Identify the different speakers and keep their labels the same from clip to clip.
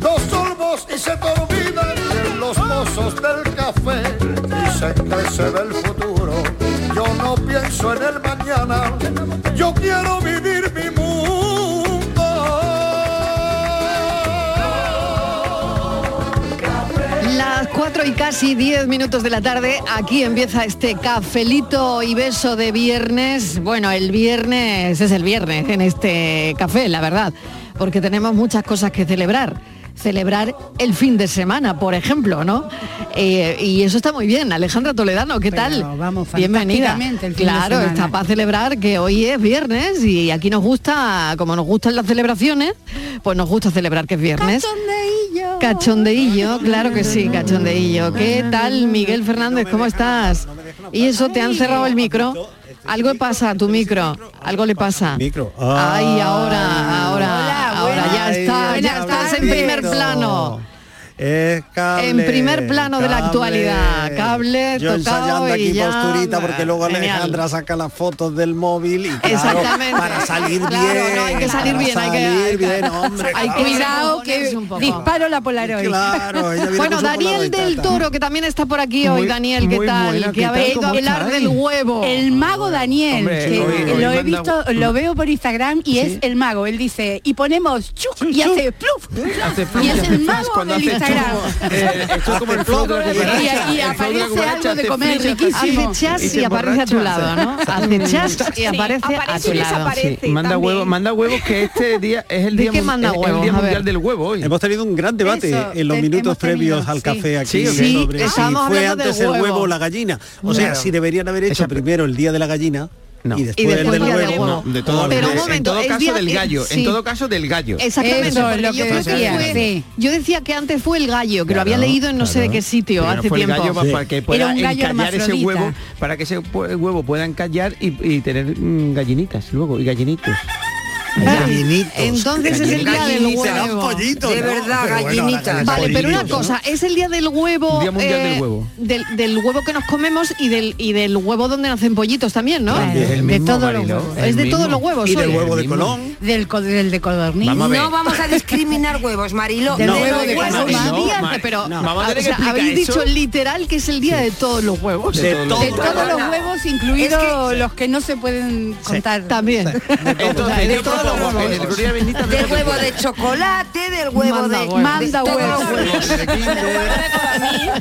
Speaker 1: Dos sorbos y se te olvidan de los pozos del café. Dicen que se ve el futuro. Yo no pienso en el mañana. Yo quiero vivir mi mundo.
Speaker 2: Las 4 y casi 10 minutos de la tarde, aquí empieza este cafelito y beso de viernes. Bueno, el viernes es el viernes en este café, la verdad, porque tenemos muchas cosas que celebrar. Celebrar el fin de semana, por ejemplo, ¿no? Eh, y eso está muy bien. Alejandra Toledano, ¿qué tal?
Speaker 3: vamos,
Speaker 2: bienvenida.
Speaker 3: fantásticamente el fin de
Speaker 2: claro,
Speaker 3: semana.
Speaker 2: está para celebrar que hoy es viernes y aquí nos gusta, como nos gustan las celebraciones, pues nos gusta celebrar que es viernes. Cachondeillo, claro que sí, cachondeillo. ¿Qué tal, Miguel Fernández? ¿Cómo estás? Y eso, ¿te han cerrado el micro? Algo le pasa a tu micro, algo le pasa. Micro. Ay, ahora, ahora, ahora, ya está, ya estás en primer plano.
Speaker 4: Es Eh, cable,
Speaker 2: En primer plano de la
Speaker 4: cable.
Speaker 2: actualidad. Cable,
Speaker 4: Yo ensayando
Speaker 2: tocado
Speaker 4: aquí
Speaker 2: y ya.
Speaker 4: posturita porque luego
Speaker 2: genial.
Speaker 4: Alejandra saca las fotos del móvil y claro,
Speaker 2: Exactamente.
Speaker 4: para salir
Speaker 2: Claro,
Speaker 4: bien.
Speaker 2: no, hay que salir
Speaker 4: para
Speaker 2: bien, hay que-
Speaker 4: salir
Speaker 2: hay que-
Speaker 4: bien, hombre.
Speaker 2: hay que-
Speaker 5: Cuidado que disparo la Polaroid.
Speaker 4: Claro, ella viene
Speaker 2: Bueno,
Speaker 4: con su
Speaker 2: Daniel
Speaker 4: Polaroid,
Speaker 2: del
Speaker 4: tata.
Speaker 2: Toro, que también está por aquí
Speaker 4: Muy-
Speaker 2: hoy, Daniel, ¿qué
Speaker 4: muy
Speaker 2: tal?
Speaker 4: buena,
Speaker 2: que
Speaker 4: ¿qué
Speaker 2: ha
Speaker 4: tal?
Speaker 2: venido a
Speaker 4: ¿Cómo
Speaker 2: hablar
Speaker 4: estáis?
Speaker 2: del huevo.
Speaker 5: El mago Daniel,
Speaker 4: Hombre,
Speaker 5: que
Speaker 4: hoy- hoy
Speaker 5: lo
Speaker 4: manda-
Speaker 5: he visto, lo veo por Instagram y es el mago. Él dice, y ponemos chuc y hace pluf. Y es el mago del Instagram.
Speaker 2: eh,
Speaker 6: Esto es como el flow de la
Speaker 5: Y,
Speaker 6: cucaracha.
Speaker 5: y
Speaker 6: El flow de la
Speaker 5: aparece
Speaker 6: cucaracha,
Speaker 5: algo de
Speaker 6: te
Speaker 5: comer
Speaker 6: flipas,
Speaker 5: riquísimo.
Speaker 6: te
Speaker 2: Acechas y
Speaker 6: te
Speaker 2: aparece a tu
Speaker 6: emborrachas.
Speaker 2: lado, ¿no? Acechas y aparece a tu lado.
Speaker 6: Sí, Manda huevos, manda huevos que este día es el
Speaker 2: ¿De
Speaker 6: día,
Speaker 2: qué
Speaker 6: mun-
Speaker 2: manda
Speaker 6: es el
Speaker 2: huevos?
Speaker 6: día
Speaker 2: A ver. eh,
Speaker 6: mundial del huevo hoy.
Speaker 4: Hemos tenido un gran debate
Speaker 6: Eso,
Speaker 4: en los
Speaker 6: te-
Speaker 4: minutos
Speaker 6: hemos tenido,
Speaker 4: previos al
Speaker 6: sí.
Speaker 4: café aquí
Speaker 6: Sí,
Speaker 2: sí,
Speaker 4: sobre si
Speaker 2: estábamos
Speaker 4: fue
Speaker 2: hablando
Speaker 4: antes
Speaker 2: del
Speaker 4: el huevo.
Speaker 2: huevo.
Speaker 4: o la gallina. O sea,
Speaker 6: Claro.
Speaker 4: si deberían haber hecho primero el día de la gallina y después,
Speaker 2: Y después
Speaker 4: el del
Speaker 2: el día
Speaker 4: huevo.
Speaker 2: del huevo.
Speaker 6: No, de todo,
Speaker 2: Pero un
Speaker 6: de- en
Speaker 2: momento,
Speaker 6: todo
Speaker 2: es
Speaker 6: caso
Speaker 2: día-
Speaker 6: del
Speaker 2: eh,
Speaker 6: gallo,
Speaker 2: sí.
Speaker 6: en todo caso del gallo.
Speaker 2: Exactamente,
Speaker 5: Eso es
Speaker 2: porque
Speaker 5: lo
Speaker 2: yo,
Speaker 5: que
Speaker 2: creo que
Speaker 5: decía,
Speaker 2: fue-
Speaker 5: sí.
Speaker 2: yo decía que antes fue el gallo, que lo había
Speaker 6: Claro,
Speaker 2: leído en no sé de
Speaker 6: claro.
Speaker 2: qué sitio
Speaker 6: Pero
Speaker 2: hace
Speaker 6: fue el
Speaker 2: tiempo.
Speaker 6: gallo pa- para que pueda
Speaker 5: Era un gallo
Speaker 6: encallar ese
Speaker 5: hermafrodita.
Speaker 6: huevo, para que ese pu- huevo pueda encallar y, y tener mm, gallinitas luego, y gallinitos.
Speaker 4: Gallinitos.
Speaker 2: Entonces es el día del
Speaker 4: Gallinitas, eran
Speaker 2: huevo.
Speaker 4: pollitos, ¿no? Pero bueno, ahora que
Speaker 2: Vale, pero una
Speaker 4: pollitos, ¿no?
Speaker 2: cosa, es el día del huevo. eh,
Speaker 6: Día mundial del huevo.
Speaker 2: Del, del huevo que nos comemos y del, y del huevo donde nacen pollitos también, ¿no?
Speaker 5: Claro.
Speaker 6: Es el mismo,
Speaker 5: de todos los
Speaker 6: Mariló,
Speaker 5: huevos.
Speaker 6: el
Speaker 2: Es de
Speaker 6: mismo.
Speaker 2: todos los huevos.
Speaker 4: Y
Speaker 2: soy.
Speaker 4: del huevo de
Speaker 6: mismo.
Speaker 4: Colón.
Speaker 5: Del, co- del de codorniz.
Speaker 6: Vamos a ver.
Speaker 7: No vamos a discriminar huevos, Marilo.
Speaker 5: Del
Speaker 7: No,
Speaker 5: huevo
Speaker 7: no,
Speaker 5: de
Speaker 7: huevos.
Speaker 2: Bueno,
Speaker 6: Mariló,
Speaker 2: es día-
Speaker 6: Mar-
Speaker 2: pero
Speaker 6: no, vamos a tener
Speaker 2: o sea,
Speaker 6: que explicar
Speaker 2: habéis dicho
Speaker 6: eso.
Speaker 2: literal que es el día de todos los huevos.
Speaker 6: De todos
Speaker 5: De
Speaker 6: los
Speaker 5: todos
Speaker 6: huevos.
Speaker 5: los
Speaker 7: No.
Speaker 5: huevos, incluidos los que no se pueden contar.
Speaker 2: También.
Speaker 6: Entonces, yo propongo en el Gloria Bendita
Speaker 7: Del
Speaker 6: tenemos que
Speaker 7: huevo
Speaker 6: poner-
Speaker 7: de chocolate, del huevo
Speaker 2: Manda
Speaker 7: de...
Speaker 2: huevos.
Speaker 5: Manda
Speaker 7: de todos
Speaker 5: huevos.
Speaker 7: los huevos.
Speaker 4: De Kinder.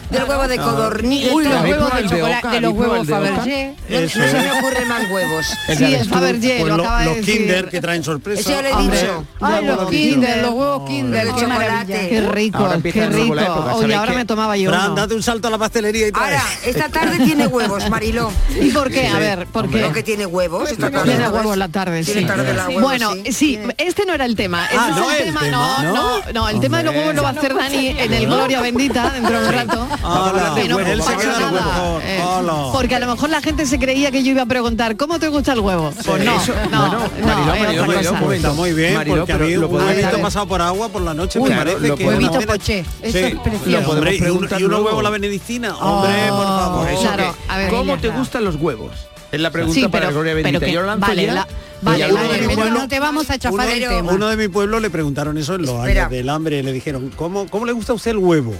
Speaker 7: Del huevo de codorniz. de
Speaker 5: Uy,
Speaker 7: todo.
Speaker 5: los
Speaker 6: ¿Habéis
Speaker 5: huevos
Speaker 6: probado
Speaker 5: de
Speaker 6: el de
Speaker 5: chocolate,
Speaker 6: Oca?
Speaker 5: de los
Speaker 6: ¿Habéis
Speaker 5: huevos
Speaker 6: probado el de Oca?
Speaker 5: Fabergé.
Speaker 7: No, no
Speaker 4: Eso
Speaker 7: se
Speaker 4: es.
Speaker 7: me ocurren más huevos.
Speaker 6: El
Speaker 2: Sí,
Speaker 6: de
Speaker 2: el Fabergé,
Speaker 4: Pues
Speaker 2: lo
Speaker 4: lo-
Speaker 2: acaba de
Speaker 4: los
Speaker 2: decir.
Speaker 4: Kinder que traen sorpresas.
Speaker 7: Eso yo le he
Speaker 2: Hombre.
Speaker 7: dicho.
Speaker 5: Ay,
Speaker 2: Huevo
Speaker 5: los
Speaker 2: de
Speaker 5: Kinder,
Speaker 2: Kinder.
Speaker 5: los huevos Kinder,
Speaker 7: De
Speaker 5: qué
Speaker 7: chocolate.
Speaker 5: maravilla.
Speaker 2: Qué rico,
Speaker 6: Ahora empieza
Speaker 2: qué
Speaker 6: de nuevo
Speaker 2: rico.
Speaker 6: la época,
Speaker 2: Oye,
Speaker 6: ¿sabéis
Speaker 2: ahora
Speaker 6: qué?
Speaker 2: me tomaba yo
Speaker 4: Fran,
Speaker 2: uno.
Speaker 4: date un salto a la pastelería y trae.
Speaker 7: Ahora, esta tarde tiene huevos, Marilo.
Speaker 2: ¿Y por qué? A ver, ¿por qué?
Speaker 7: Lo que tiene huevos. esta tarde,
Speaker 2: Tiene
Speaker 7: ¿no ves?
Speaker 2: huevo en la tarde, sí.
Speaker 7: Tiene tarde la huevo,
Speaker 2: bueno,
Speaker 7: sí.
Speaker 2: sí, este no era el tema. Ese
Speaker 4: Ah, no
Speaker 2: es
Speaker 4: es
Speaker 2: el
Speaker 4: el
Speaker 2: tema,
Speaker 4: tema,
Speaker 2: no, no, no, el tema de los huevos lo va a hacer Dani en el Gloria Bendita dentro de un rato.
Speaker 4: Hola,
Speaker 2: Que no
Speaker 4: él se
Speaker 2: pasa
Speaker 4: queda de
Speaker 2: nada,
Speaker 4: huevo.
Speaker 2: eh,
Speaker 4: Hola.
Speaker 2: porque a lo mejor la gente se creía que yo iba a preguntar, ¿cómo te gusta el huevo? Pues no,
Speaker 6: Eso- bueno,
Speaker 2: no, no,
Speaker 6: Mariló,
Speaker 2: es
Speaker 6: Mariló, Mariló,
Speaker 2: otra cosa.
Speaker 6: un momento.
Speaker 4: Está muy bien,
Speaker 6: Mariló,
Speaker 4: porque a
Speaker 6: pero
Speaker 4: mí
Speaker 6: lo
Speaker 4: un
Speaker 6: podemos-
Speaker 4: huevito
Speaker 2: ver.
Speaker 4: pasado por agua por la noche
Speaker 6: Uy,
Speaker 4: me
Speaker 6: claro,
Speaker 4: parece
Speaker 6: lo
Speaker 4: que...
Speaker 6: podemos-
Speaker 4: una
Speaker 5: Huevito
Speaker 4: pena-
Speaker 5: poché, eso
Speaker 4: Sí,
Speaker 5: es
Speaker 4: lo
Speaker 5: precioso.
Speaker 4: hombre,
Speaker 6: podemos
Speaker 4: y un-
Speaker 6: preguntar
Speaker 4: y unos
Speaker 6: luego.
Speaker 4: huevos a la benedictina. Hombre, por favor.
Speaker 6: Por eso
Speaker 2: Oh, Claro,
Speaker 6: que,
Speaker 2: a ver,
Speaker 6: ¿Cómo
Speaker 2: ya
Speaker 6: te
Speaker 2: está.
Speaker 6: gustan los huevos? Es la pregunta
Speaker 2: Sí,
Speaker 6: para
Speaker 2: pero-
Speaker 6: Gloria
Speaker 2: pero
Speaker 6: Bendita.
Speaker 2: que-
Speaker 6: Yo lanzo
Speaker 4: Pues
Speaker 2: vale,
Speaker 6: ya,
Speaker 2: la-
Speaker 6: y
Speaker 2: vale,
Speaker 6: ya
Speaker 2: la-
Speaker 6: luego
Speaker 2: de
Speaker 6: vemos.
Speaker 2: bueno,
Speaker 5: no te vamos a chafar
Speaker 7: uno-
Speaker 5: del
Speaker 7: pero-
Speaker 5: tema.
Speaker 4: Uno de mi pueblo le preguntaron eso en los
Speaker 7: Espera.
Speaker 4: años del hambre. Le dijeron, ¿cómo, cómo le gusta a usted el huevo?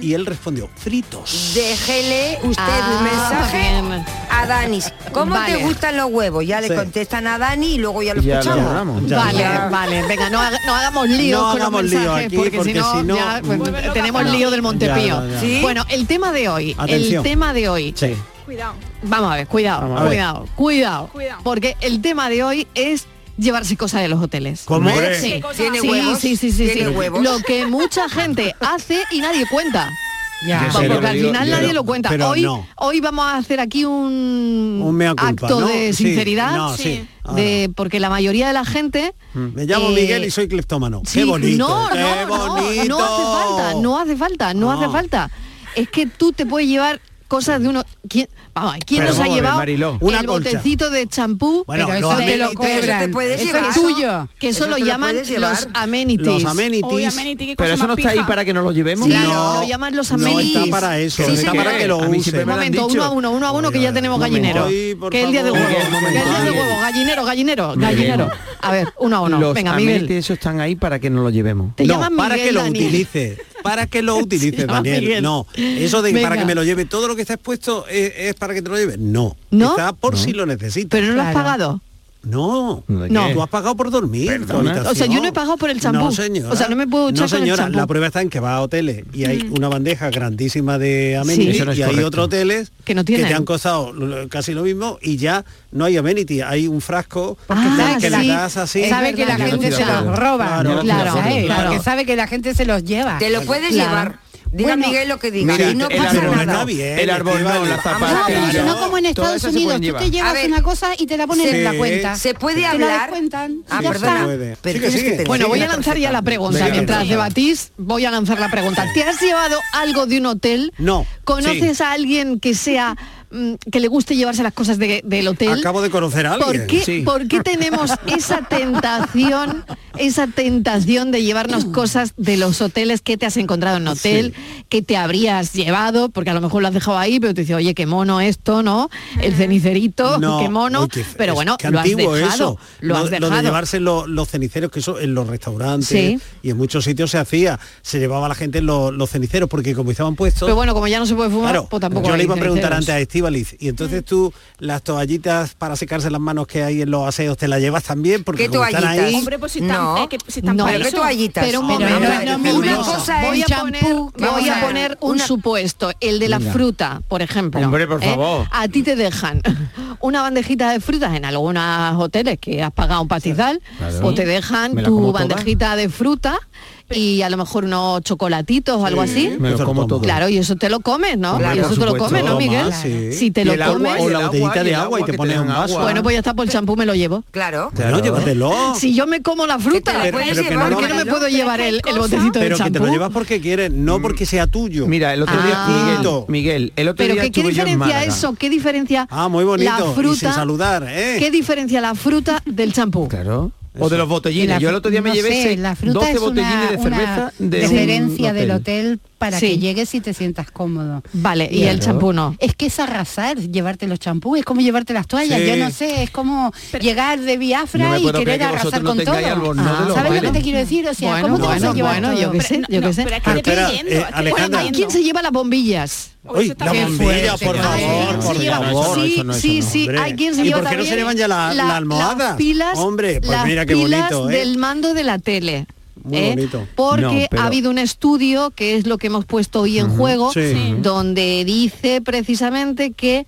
Speaker 4: Y él respondió, fritos.
Speaker 7: Déjele usted
Speaker 2: Ah,
Speaker 7: un mensaje
Speaker 2: bien.
Speaker 7: a a Dani, ¿cómo te
Speaker 2: Vale.
Speaker 7: gustan los huevos? Ya le
Speaker 4: Sí.
Speaker 7: contestan a Dani y luego ya lo
Speaker 6: Ya lo
Speaker 7: escuchamos.
Speaker 6: hablamos.
Speaker 4: Ya.
Speaker 2: Vale, vale, venga, no, haga- no hagamos lío
Speaker 4: No
Speaker 2: con
Speaker 4: hagamos
Speaker 2: los
Speaker 4: lío
Speaker 2: mensajes,
Speaker 4: aquí,
Speaker 2: porque,
Speaker 4: porque
Speaker 2: si no,
Speaker 4: si no-
Speaker 2: ya, pues,
Speaker 4: Vuelve
Speaker 2: tenemos lío del Montepío.
Speaker 4: Ya, ya, ya.
Speaker 7: ¿Sí?
Speaker 2: Bueno, el tema de hoy,
Speaker 4: Atención.
Speaker 2: el tema de hoy.
Speaker 4: Sí.
Speaker 5: Cuidado.
Speaker 2: Vamos a ver, cuidado,
Speaker 6: Vamos a ver.
Speaker 2: cuidado, cuidado,
Speaker 5: Cuidado.
Speaker 2: porque el tema de hoy es llevarse cosas de los hoteles.
Speaker 4: ¿Cómo? Hombre.
Speaker 2: Sí,
Speaker 7: ¿Tiene
Speaker 2: sí,
Speaker 7: huevos?
Speaker 2: sí, sí, sí,
Speaker 7: ¿Tiene
Speaker 2: sí.
Speaker 7: huevos?
Speaker 2: Lo que mucha gente hace y nadie cuenta.
Speaker 6: Ya.
Speaker 2: Porque
Speaker 6: Pero
Speaker 2: al
Speaker 6: digo-
Speaker 2: final
Speaker 6: pero-
Speaker 2: nadie lo cuenta.
Speaker 4: pero
Speaker 2: hoy,
Speaker 4: no.
Speaker 2: hoy vamos a hacer aquí un,
Speaker 4: Un mea culpa,
Speaker 2: acto
Speaker 4: ¿no?
Speaker 2: de
Speaker 4: Sí,
Speaker 2: sinceridad,
Speaker 4: no, sí.
Speaker 2: de, porque la mayoría de la gente
Speaker 4: Me llamo
Speaker 2: eh,
Speaker 4: Miguel y soy cleptómano.
Speaker 2: Sí,
Speaker 4: qué bonito. ¿eh?
Speaker 2: No,
Speaker 4: qué
Speaker 2: no, no,
Speaker 4: bonito.
Speaker 2: no hace falta, no hace falta, no,
Speaker 4: No.
Speaker 2: hace falta. Es que tú te puedes llevar cosas de uno. ¿Quién, vamos, a ver, ¿quién
Speaker 6: Pero
Speaker 2: nos ha
Speaker 6: vamos a ver,
Speaker 2: llevado
Speaker 6: Mariló.
Speaker 4: Una
Speaker 2: el
Speaker 4: colcha.
Speaker 2: botecito de champú?
Speaker 4: Bueno,
Speaker 5: Pero
Speaker 4: lo
Speaker 5: eso te
Speaker 4: amenities-
Speaker 5: lo cobran.
Speaker 7: Eso te puedes
Speaker 5: Eso
Speaker 7: llevar.
Speaker 5: es tuyo.
Speaker 2: que eso,
Speaker 7: eso
Speaker 2: lo
Speaker 7: te lo
Speaker 2: llaman
Speaker 7: puedes llevar.
Speaker 2: los amenities.
Speaker 4: Los amenities.
Speaker 5: Uy, amenity, qué
Speaker 6: Pero
Speaker 5: cosa
Speaker 6: eso
Speaker 5: más
Speaker 6: no está ahí
Speaker 5: pija.
Speaker 6: para que nos lo llevemos.
Speaker 2: Sí,
Speaker 4: No.
Speaker 2: lo, lo llaman los
Speaker 4: No
Speaker 2: amenities.
Speaker 4: está para eso,
Speaker 2: Sí,
Speaker 4: está
Speaker 2: sí,
Speaker 4: para
Speaker 2: sí.
Speaker 4: que lo
Speaker 6: A mí
Speaker 4: use.
Speaker 6: siempre me lo han
Speaker 2: Momento,
Speaker 6: dicho.
Speaker 2: uno a uno, uno a uno, que ya tenemos
Speaker 6: Momento.
Speaker 2: gallinero.
Speaker 4: Ay, por
Speaker 2: que el día de
Speaker 4: favor.
Speaker 2: huevo,
Speaker 6: Miguel,
Speaker 2: que el día de
Speaker 6: momento.
Speaker 2: huevo, gallinero, gallinero,
Speaker 6: Miguel.
Speaker 2: gallinero. A ver, uno a uno.
Speaker 6: Los
Speaker 2: Venga,
Speaker 6: amenities
Speaker 2: Miguel.
Speaker 6: esos están ahí para que nos lo llevemos.
Speaker 2: Te
Speaker 4: no,
Speaker 2: llaman
Speaker 4: para
Speaker 2: Miguel,
Speaker 4: que lo
Speaker 2: Dani.
Speaker 4: utilice, para que lo utilice,
Speaker 2: llama
Speaker 4: Daniel.
Speaker 2: Miguel.
Speaker 4: No, eso de que para
Speaker 2: Venga.
Speaker 4: que me lo lleve todo lo que está expuesto es, es para que te lo lleve. No,
Speaker 2: ¿No?
Speaker 4: está por si lo necesitas.
Speaker 2: ¿Ah? Pero no lo has
Speaker 5: Claro.
Speaker 2: pagado.
Speaker 4: No,
Speaker 6: ¿De
Speaker 2: No. qué?
Speaker 4: tú has pagado por dormir. tu
Speaker 6: Perdona.
Speaker 4: habitación.
Speaker 2: O sea, yo no he pagado por el champú.
Speaker 4: No, señora.
Speaker 2: O sea, no me puedo duchar
Speaker 4: No,
Speaker 2: con el
Speaker 4: señora,
Speaker 2: champú.
Speaker 4: la prueba está en que va a hoteles y hay
Speaker 2: Mm.
Speaker 4: una bandeja grandísima de amenities
Speaker 6: Eso no es
Speaker 4: y hay
Speaker 6: correcto.
Speaker 4: otros hoteles
Speaker 2: Que no
Speaker 4: te
Speaker 2: tienen.
Speaker 4: han costado lo- casi lo mismo y ya no hay amenities, hay un frasco
Speaker 2: Ah,
Speaker 4: que- que
Speaker 2: sí.
Speaker 4: la das así.
Speaker 5: Sabe que la
Speaker 6: Ya no
Speaker 5: gente
Speaker 6: estoy
Speaker 5: se
Speaker 6: de acuerdo.
Speaker 5: los roba.
Speaker 4: Claro, eh,
Speaker 2: Claro,
Speaker 5: ¿sabes?
Speaker 2: claro.
Speaker 5: Porque sabe que la gente se los lleva.
Speaker 7: Te lo puedes
Speaker 2: Claro.
Speaker 7: llevar. Diga
Speaker 5: Bueno,
Speaker 7: Miguel lo que diga.
Speaker 4: mira,
Speaker 7: y no
Speaker 4: el
Speaker 7: pasa
Speaker 4: árbol
Speaker 7: nada.
Speaker 4: está bien,
Speaker 6: el árbol no,
Speaker 4: Estíbal.
Speaker 6: la
Speaker 7: Ah, pero
Speaker 6: zapatilla.
Speaker 7: si no, como
Speaker 6: Todas esas se pueden llevar.
Speaker 7: llevas una
Speaker 5: cosa y te la
Speaker 7: ponen
Speaker 4: en la cuenta.
Speaker 7: ¿Se puede
Speaker 5: la
Speaker 7: hablar?
Speaker 5: descuentan.
Speaker 7: Ah,
Speaker 4: Sí,
Speaker 7: perdona.
Speaker 4: se puede.
Speaker 7: Pero
Speaker 4: Sigue,
Speaker 7: tienes
Speaker 4: sigue.
Speaker 7: que tener
Speaker 2: Bueno, voy a
Speaker 7: una
Speaker 2: lanzar ya la pregunta.
Speaker 4: Venga,
Speaker 2: Mientras
Speaker 4: perfecto.
Speaker 2: debatís, voy a lanzar la pregunta. ¿Te has llevado algo de un hotel?
Speaker 4: No,
Speaker 2: ¿Conoces
Speaker 4: sí.
Speaker 2: a alguien que sea mm, que le guste llevarse las cosas de- del hotel?
Speaker 4: Acabo de conocer a alguien.
Speaker 2: ¿Por qué,
Speaker 6: sí.
Speaker 2: por qué tenemos esa tentación, esa tentación de llevarnos
Speaker 4: Mm.
Speaker 2: cosas de los hoteles que te has encontrado en un hotel, que te habrías llevado, porque a lo mejor lo has dejado ahí, pero te dice, oye, qué mono esto, ¿no? El cenicerito,
Speaker 4: No,
Speaker 2: qué mono.
Speaker 4: oye, qué-
Speaker 2: pero
Speaker 4: es
Speaker 2: bueno,
Speaker 4: que
Speaker 2: lo has
Speaker 4: antiguo
Speaker 2: dejado.
Speaker 4: eso.
Speaker 2: Lo has
Speaker 4: de-
Speaker 2: dejado.
Speaker 4: de llevarse lo- los ceniceros, que eso en los restaurantes
Speaker 2: Sí.
Speaker 4: y en muchos sitios se hacía, se llevaba a la gente lo- los ceniceros, porque como estaban puestos.
Speaker 2: Pero bueno, como ya no se puede fumar,
Speaker 4: Claro,
Speaker 2: pues tampoco
Speaker 4: yo le
Speaker 2: hay
Speaker 4: iba a preguntar
Speaker 2: ceniceros.
Speaker 4: antes a Estivaliz, y entonces tú las toallitas para secarse las manos que hay en los aseos, ¿te las llevas también? Porque
Speaker 7: ¿Qué
Speaker 4: como están
Speaker 7: toallitas?
Speaker 4: ahí,
Speaker 3: Hombre, pues si están,
Speaker 7: No.
Speaker 3: eh, que, si están
Speaker 7: No,
Speaker 3: para
Speaker 7: pero qué
Speaker 3: eso.
Speaker 7: toallitas.
Speaker 2: Pero un
Speaker 7: Hombre,
Speaker 2: momento,
Speaker 7: no, no, no,
Speaker 2: una
Speaker 7: no.
Speaker 2: cosa voy,
Speaker 7: es
Speaker 2: a poner,
Speaker 7: champú, que
Speaker 2: voy a
Speaker 7: una-
Speaker 2: poner un
Speaker 7: una-
Speaker 2: supuesto, el de la fruta, por ejemplo.
Speaker 6: Hombre, por
Speaker 2: ¿eh?
Speaker 6: favor.
Speaker 2: A ti te dejan una bandejita de frutas en algunos hoteles que has pagado un pastizal,
Speaker 6: Claro.
Speaker 2: o te dejan
Speaker 6: Me la
Speaker 2: tu
Speaker 6: como toda.
Speaker 2: bandejita de fruta y a lo mejor unos chocolatitos o algo así.
Speaker 6: Me lo
Speaker 4: Eso lo
Speaker 6: como
Speaker 4: tomo.
Speaker 6: todo.
Speaker 2: Claro, y eso te lo comes, ¿no?
Speaker 6: Hombre,
Speaker 2: y eso
Speaker 6: por
Speaker 2: te lo
Speaker 6: supuesto.
Speaker 2: comes, ¿no,
Speaker 6: Toma,
Speaker 2: Miguel?
Speaker 4: sí.
Speaker 2: Si te
Speaker 6: Y
Speaker 2: lo
Speaker 6: el
Speaker 2: comes,
Speaker 6: agua,
Speaker 4: o
Speaker 6: y
Speaker 4: la
Speaker 6: el
Speaker 4: botellita de
Speaker 6: y el
Speaker 4: agua y te
Speaker 6: que
Speaker 4: pones un
Speaker 6: dan
Speaker 4: vaso.
Speaker 2: bueno, pues ya está, por el champú me lo llevo.
Speaker 7: Claro.
Speaker 4: Claro, llévatelo.
Speaker 2: Si yo me como la fruta,
Speaker 7: Que te la
Speaker 2: ¿por
Speaker 7: puedes
Speaker 4: pero que no
Speaker 7: llevar,
Speaker 4: lo-
Speaker 2: qué no me
Speaker 7: Mariló.
Speaker 2: puedo llevar el, el botecito de
Speaker 4: Pero que te lo
Speaker 2: champú?
Speaker 4: llevas porque quieres, no porque sea tuyo.
Speaker 6: Mira, el otro día,
Speaker 2: Ah.
Speaker 6: Miguel, Miguel, el otro
Speaker 2: Pero
Speaker 6: día
Speaker 2: que, qué
Speaker 6: estuve yo en
Speaker 2: diferencia
Speaker 6: Málaga.
Speaker 2: eso, qué diferencia
Speaker 4: Ah, muy bonito.
Speaker 2: la
Speaker 4: Y sin
Speaker 2: fruta,
Speaker 4: saludar, ¿eh?
Speaker 2: qué diferencia la fruta del champú.
Speaker 6: Claro. O de los
Speaker 5: Y la
Speaker 6: botellines. Yo el
Speaker 5: fru-
Speaker 6: otro día me
Speaker 5: no
Speaker 6: llevé
Speaker 5: sé,
Speaker 6: seis-
Speaker 5: la fruta
Speaker 6: 12
Speaker 5: es una-
Speaker 6: botellines de
Speaker 5: una
Speaker 6: cerveza de un
Speaker 5: referencia del hotel para
Speaker 2: Sí.
Speaker 5: que llegues y te sientas cómodo.
Speaker 2: Vale, y
Speaker 5: Claro.
Speaker 2: el champú no.
Speaker 5: Es que es arrasar llevarte los champús, es como llevarte las toallas,
Speaker 4: Sí.
Speaker 5: yo no sé, es como llegar de
Speaker 6: No
Speaker 5: Biafra
Speaker 6: me
Speaker 5: y
Speaker 6: puedo creer
Speaker 5: querer
Speaker 6: que vosotros
Speaker 5: arrasar
Speaker 6: no
Speaker 5: con todo. Ah.
Speaker 6: tengáis albornoz
Speaker 2: Ah,
Speaker 6: de los
Speaker 5: ¿Sabes lo que
Speaker 6: bailes?
Speaker 5: te quiero decir? O sea,
Speaker 2: Bueno,
Speaker 5: ¿cómo te
Speaker 2: bueno,
Speaker 5: vas a llevar
Speaker 2: bueno,
Speaker 5: todo?
Speaker 2: yo qué sé, yo qué sé.
Speaker 3: Pero es que
Speaker 4: Pero espera,
Speaker 3: dependiendo,
Speaker 4: eh,
Speaker 3: es que
Speaker 4: Alejandra.
Speaker 3: dependiendo.
Speaker 2: ¿Quién se lleva las bombillas?
Speaker 3: Uy,
Speaker 4: Uy,
Speaker 3: eso
Speaker 4: la
Speaker 3: está-
Speaker 4: bombilla,
Speaker 6: fuerte,
Speaker 4: por
Speaker 6: qué
Speaker 4: favor,
Speaker 6: fuerte.
Speaker 4: por
Speaker 6: Sí,
Speaker 2: lleva-
Speaker 4: favor.
Speaker 2: sí,
Speaker 6: eso no, eso
Speaker 2: sí,
Speaker 6: no,
Speaker 2: sí,
Speaker 4: hombre.
Speaker 2: hay quien se
Speaker 4: ¿Y
Speaker 2: lleva
Speaker 4: por qué no
Speaker 2: también
Speaker 4: se llevan ya la- la almohada?
Speaker 2: Las pilas,
Speaker 4: Hombre, pues
Speaker 2: las
Speaker 4: mira qué
Speaker 2: pilas
Speaker 4: bonito, ¿eh?
Speaker 2: del mando de la tele.
Speaker 4: Muy
Speaker 2: ¿eh?
Speaker 4: bonito.
Speaker 2: Porque
Speaker 6: No, pero-
Speaker 2: ha habido un estudio, que es lo que hemos puesto hoy en juego,
Speaker 4: sí. Sí.
Speaker 2: donde dice precisamente que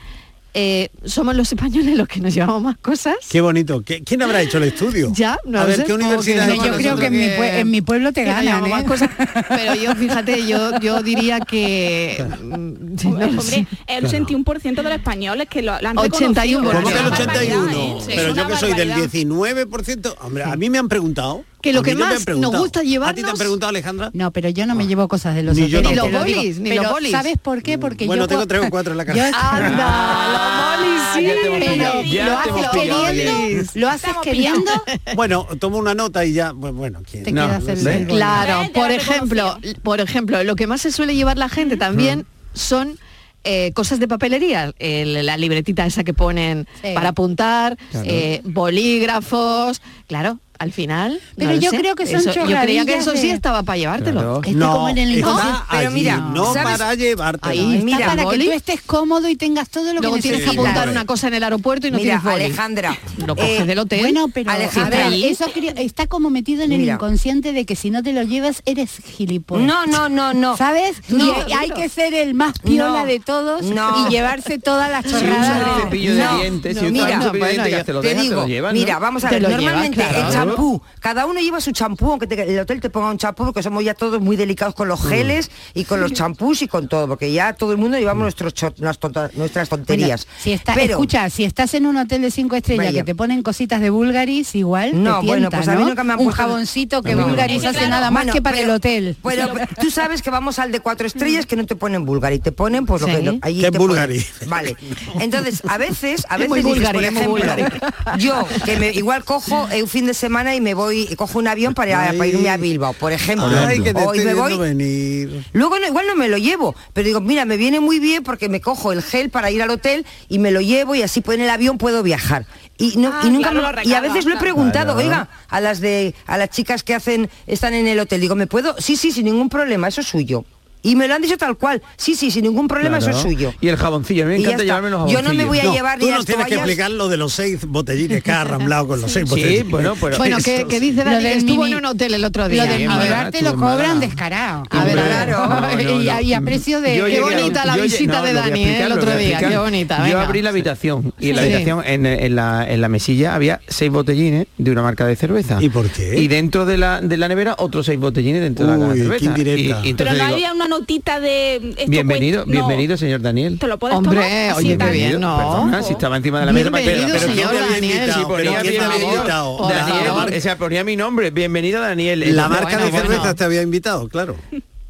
Speaker 2: eh, somos los españoles los que nos llevamos más cosas.
Speaker 4: Qué bonito. ¿Qué- ¿Quién habrá hecho el estudio?
Speaker 2: Ya, no
Speaker 4: A
Speaker 2: lo
Speaker 4: ver,
Speaker 2: sé,
Speaker 4: ¿qué
Speaker 2: supongo que-
Speaker 4: universidad?
Speaker 2: Bueno,
Speaker 4: hemos
Speaker 5: yo creo
Speaker 4: nosotros?
Speaker 5: que en mi, pue-
Speaker 2: que-
Speaker 5: en mi pueblo te
Speaker 2: que nos
Speaker 5: ganan,
Speaker 2: llevamos más
Speaker 5: ¿eh?
Speaker 2: cosas. Pero yo, fíjate, yo, yo diría que... mm, sí, no
Speaker 3: Hombre,
Speaker 2: lo sé.
Speaker 3: hombre, el 81% de los españoles que lo, lo han
Speaker 2: 81%.
Speaker 3: reconocido.
Speaker 4: ¿Cómo que el
Speaker 3: Es una
Speaker 4: 81?
Speaker 3: barbaridad, ¿eh?
Speaker 4: Pero
Speaker 3: Es
Speaker 4: yo
Speaker 3: una
Speaker 4: que soy del
Speaker 3: barbaridad.
Speaker 4: 19%. Hombre, a mí me han preguntado.
Speaker 2: Que lo
Speaker 4: a mí
Speaker 2: que
Speaker 4: no me han
Speaker 2: más nos
Speaker 4: preguntado.
Speaker 2: gusta
Speaker 4: ¿A ti te han
Speaker 2: llevarnos-
Speaker 4: preguntado, Alejandra? Ah.
Speaker 5: No, pero yo no me llevo cosas de los
Speaker 4: Ni yo
Speaker 5: hoteles.
Speaker 4: tampoco.
Speaker 5: te lo
Speaker 2: Ni los
Speaker 5: digo.
Speaker 2: bolis, ni
Speaker 5: pero
Speaker 2: los bolis.
Speaker 5: ¿sabes por qué? Porque
Speaker 4: Bueno,
Speaker 5: yo
Speaker 4: tengo
Speaker 5: cu-
Speaker 4: tres o cuatro en la
Speaker 5: yo-
Speaker 4: casa.
Speaker 2: Anda, los bolis, sí,
Speaker 6: Ya te hemos pillado,
Speaker 2: pero
Speaker 6: ya
Speaker 2: lo
Speaker 6: te hemos
Speaker 2: haces
Speaker 6: pillado,
Speaker 2: queriendo,
Speaker 6: Liz.
Speaker 5: Lo haces
Speaker 3: Estamos
Speaker 5: queriendo,
Speaker 4: Bueno, tomo una nota y ya. bu- Bueno, ¿quién?
Speaker 5: te
Speaker 6: No,
Speaker 5: quedas el,
Speaker 6: ¿ves?
Speaker 5: el boli.
Speaker 2: Claro,
Speaker 3: Totalmente,
Speaker 2: por
Speaker 3: lo
Speaker 2: ejemplo,
Speaker 3: reconocido.
Speaker 2: por ejemplo, lo que más se suele llevar la gente también
Speaker 4: Mm.
Speaker 2: son eh, cosas de papelería, el- la libretita esa que ponen
Speaker 5: Sí.
Speaker 2: para apuntar,
Speaker 6: Claro.
Speaker 2: eh, bolígrafos, claro, al final.
Speaker 5: Pero
Speaker 2: no lo
Speaker 5: yo
Speaker 2: sé.
Speaker 5: creo que son
Speaker 2: Eso- Yo creía que
Speaker 5: chorradillas
Speaker 2: eso sí
Speaker 5: de-
Speaker 2: estaba para llevártelo.
Speaker 6: Claro.
Speaker 5: Este como en el
Speaker 4: está
Speaker 5: inconsciente.
Speaker 7: Pero
Speaker 4: allí,
Speaker 7: mira,
Speaker 4: no
Speaker 7: ¿sabes?
Speaker 4: para llevártelo.
Speaker 2: Ahí,
Speaker 4: Está
Speaker 2: mira,
Speaker 5: para
Speaker 2: boli.
Speaker 5: que tú estés cómodo y tengas todo lo
Speaker 2: Luego
Speaker 5: que
Speaker 2: tienes que
Speaker 5: necesitas.
Speaker 2: apuntar una cosa en el aeropuerto y no
Speaker 7: Mira,
Speaker 2: tienes boli.
Speaker 7: Alejandra.
Speaker 2: Lo coges
Speaker 7: eh,
Speaker 2: del hotel.
Speaker 5: Bueno, pero
Speaker 7: Alejandra,
Speaker 5: a ver,
Speaker 7: ahí-
Speaker 5: eso creo- está como metido en el
Speaker 7: Mira.
Speaker 5: inconsciente de que si no te lo llevas eres gilipollas.
Speaker 7: No, no, no, no.
Speaker 5: ¿Sabes?
Speaker 7: No,
Speaker 5: y hay- hay que ser el más
Speaker 7: No.
Speaker 5: piola de todos
Speaker 7: No.
Speaker 5: y llevarse todas las
Speaker 6: Si usas
Speaker 5: chorradas.
Speaker 6: el
Speaker 7: no,
Speaker 6: cepillo de
Speaker 7: no,
Speaker 6: dientes,
Speaker 2: no,
Speaker 6: si usas
Speaker 7: mira,
Speaker 6: el cepillo de
Speaker 2: bueno,
Speaker 6: dientes,
Speaker 2: yo
Speaker 6: ya te lo
Speaker 7: te
Speaker 6: dejan, te
Speaker 7: digo,
Speaker 6: lo llevan. ¿no?
Speaker 7: mira, vamos a
Speaker 2: Te
Speaker 7: ver,
Speaker 2: lo llevas,
Speaker 7: normalmente
Speaker 2: claro.
Speaker 7: el champú, cada uno lleva su champú, aunque te- el hotel te ponga un champú, porque somos ya todos muy delicados con
Speaker 5: Mm.
Speaker 7: los geles y con los champús y con todo, porque ya todo el mundo llevamos nuestros cho- las tonta- nuestras tonterías.
Speaker 5: Mm. Bueno, si está,
Speaker 7: Pero-
Speaker 5: escucha, si estás en un hotel de cinco estrellas
Speaker 7: Vaya.
Speaker 5: que te ponen cositas de Bulgaris, igual
Speaker 7: No,
Speaker 5: te
Speaker 7: bueno,
Speaker 5: tienta,
Speaker 7: pues a mí
Speaker 5: ¿no?
Speaker 7: nunca me han
Speaker 5: Un
Speaker 7: puesto-
Speaker 5: jaboncito que
Speaker 7: No, no,
Speaker 5: Bulgaris
Speaker 7: no.
Speaker 5: hace nada más
Speaker 7: Bueno,
Speaker 5: que para
Speaker 7: pero-
Speaker 5: el hotel.
Speaker 7: Bueno, pero tú sabes Pues que vamos al de cuatro estrellas que no te ponen Bulgari, te ponen pues lo
Speaker 2: Sí.
Speaker 7: que lo- allí
Speaker 4: ¿Qué es
Speaker 7: te ponen.
Speaker 4: Bulgari?
Speaker 7: Vale. Entonces, a veces, a
Speaker 2: Es
Speaker 7: veces
Speaker 2: muy
Speaker 7: dices,
Speaker 2: Bulgari,
Speaker 7: por
Speaker 2: es muy
Speaker 7: ejemplo,
Speaker 2: Bulgari.
Speaker 7: yo que me, igual cojo eh, un fin de semana y me voy y cojo un avión para, para irme a Bilbao, por ejemplo.
Speaker 4: Ay, que te
Speaker 7: o y
Speaker 4: estoy
Speaker 7: me
Speaker 4: viendo
Speaker 7: voy
Speaker 4: venir.
Speaker 7: Luego no, igual no me lo llevo, pero digo, mira, me viene muy bien porque me cojo el gel para ir al hotel y me lo llevo y así pues, en el avión puedo viajar. Y, no-
Speaker 3: Ah,
Speaker 7: y nunca
Speaker 3: claro,
Speaker 7: me-
Speaker 3: lo
Speaker 7: y a veces lo he
Speaker 3: recalcas.
Speaker 7: preguntado, oiga, a las de a las chicas que hacen están en el hotel, digo, ¿me puedo? Sí, sí, sin ningún problema, eso es suyo. Y me lo han dicho tal cual. Sí, sí, sin ningún problema,
Speaker 6: Claro.
Speaker 7: eso es suyo.
Speaker 6: Y el jaboncillo, a mí me
Speaker 7: Y ya
Speaker 6: encanta
Speaker 7: está.
Speaker 6: llevarme los
Speaker 7: Yo
Speaker 6: jaboncillos.
Speaker 7: no me voy a
Speaker 4: No,
Speaker 7: llevar
Speaker 4: tú
Speaker 7: ni
Speaker 4: nos
Speaker 7: las
Speaker 4: tienes que
Speaker 7: toallas.
Speaker 4: explicar lo de los seis botellines que ha arramblado con los seis
Speaker 6: Sí,
Speaker 4: botellines.
Speaker 6: bueno, pero...
Speaker 2: Bueno, ¿qué,
Speaker 4: Eso.
Speaker 2: qué dice
Speaker 5: Lo
Speaker 2: Dani?
Speaker 5: del
Speaker 2: Estuvo
Speaker 5: mini-
Speaker 2: en un hotel el otro
Speaker 5: Lo
Speaker 2: día.
Speaker 5: del
Speaker 6: Bien,
Speaker 2: a ver,
Speaker 6: mala,
Speaker 5: minibar te lo
Speaker 6: tú, mala.
Speaker 5: cobran descarado.
Speaker 2: a ver,
Speaker 6: Hombre,
Speaker 2: a ver.
Speaker 6: no, no,
Speaker 5: y,
Speaker 6: no.
Speaker 5: a, y a precio de...
Speaker 6: Yo
Speaker 2: Qué
Speaker 6: llegué a-
Speaker 2: bonita la
Speaker 6: yo llegué-
Speaker 2: visita
Speaker 6: no,
Speaker 2: de
Speaker 6: lo voy a
Speaker 2: Dani, ¿eh? el
Speaker 6: explicar, lo
Speaker 2: otro
Speaker 6: voy a
Speaker 2: día. Qué
Speaker 6: explicar.
Speaker 2: bonita.
Speaker 6: Yo
Speaker 2: venga.
Speaker 6: abrí la habitación y en la
Speaker 2: Sí.
Speaker 6: habitación, en, en la, en la mesilla, había seis botellines de una marca de cerveza.
Speaker 4: ¿Y por qué?
Speaker 6: Y dentro de la, de la nevera, otros seis botellines dentro de la
Speaker 4: Uy, qué
Speaker 6: cerveza. Y-
Speaker 4: indirecta.
Speaker 6: y entonces
Speaker 3: Pero no
Speaker 6: digo,
Speaker 3: había una notita de... esto
Speaker 6: bienvenido,
Speaker 3: cuesta- no.
Speaker 6: bienvenido, señor Daniel.
Speaker 3: ¿Te lo puedes
Speaker 2: Hombre, oye,
Speaker 3: tomar? Sí,
Speaker 2: qué
Speaker 3: tal.
Speaker 2: bien. no.
Speaker 6: Perdona, si estaba encima de la mesa.
Speaker 2: Bienvenido,
Speaker 4: pero
Speaker 2: señor
Speaker 4: ¿quién te había
Speaker 2: Daniel.
Speaker 4: invitado?
Speaker 6: Sí, ponía
Speaker 4: Pero ¿quién te había
Speaker 6: bienvenido.
Speaker 4: invitado?
Speaker 2: Por
Speaker 6: Daniel,
Speaker 2: favor.
Speaker 6: o sea, ponía mi nombre. Bienvenido, Daniel.
Speaker 4: La
Speaker 6: Y-
Speaker 4: marca
Speaker 2: Bueno,
Speaker 4: de
Speaker 2: bueno.
Speaker 4: cervezas te había invitado, claro.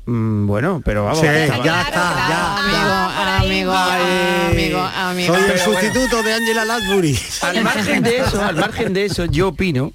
Speaker 6: Mm, bueno, pero vamos.
Speaker 4: Sí,
Speaker 6: estaba-
Speaker 4: ya está, ya.
Speaker 2: Amigo, amigo, amigo, amigo.
Speaker 4: Soy el
Speaker 6: Pero bueno.
Speaker 4: sustituto de Angela Lansbury.
Speaker 6: Al margen de eso, al margen de eso, yo opino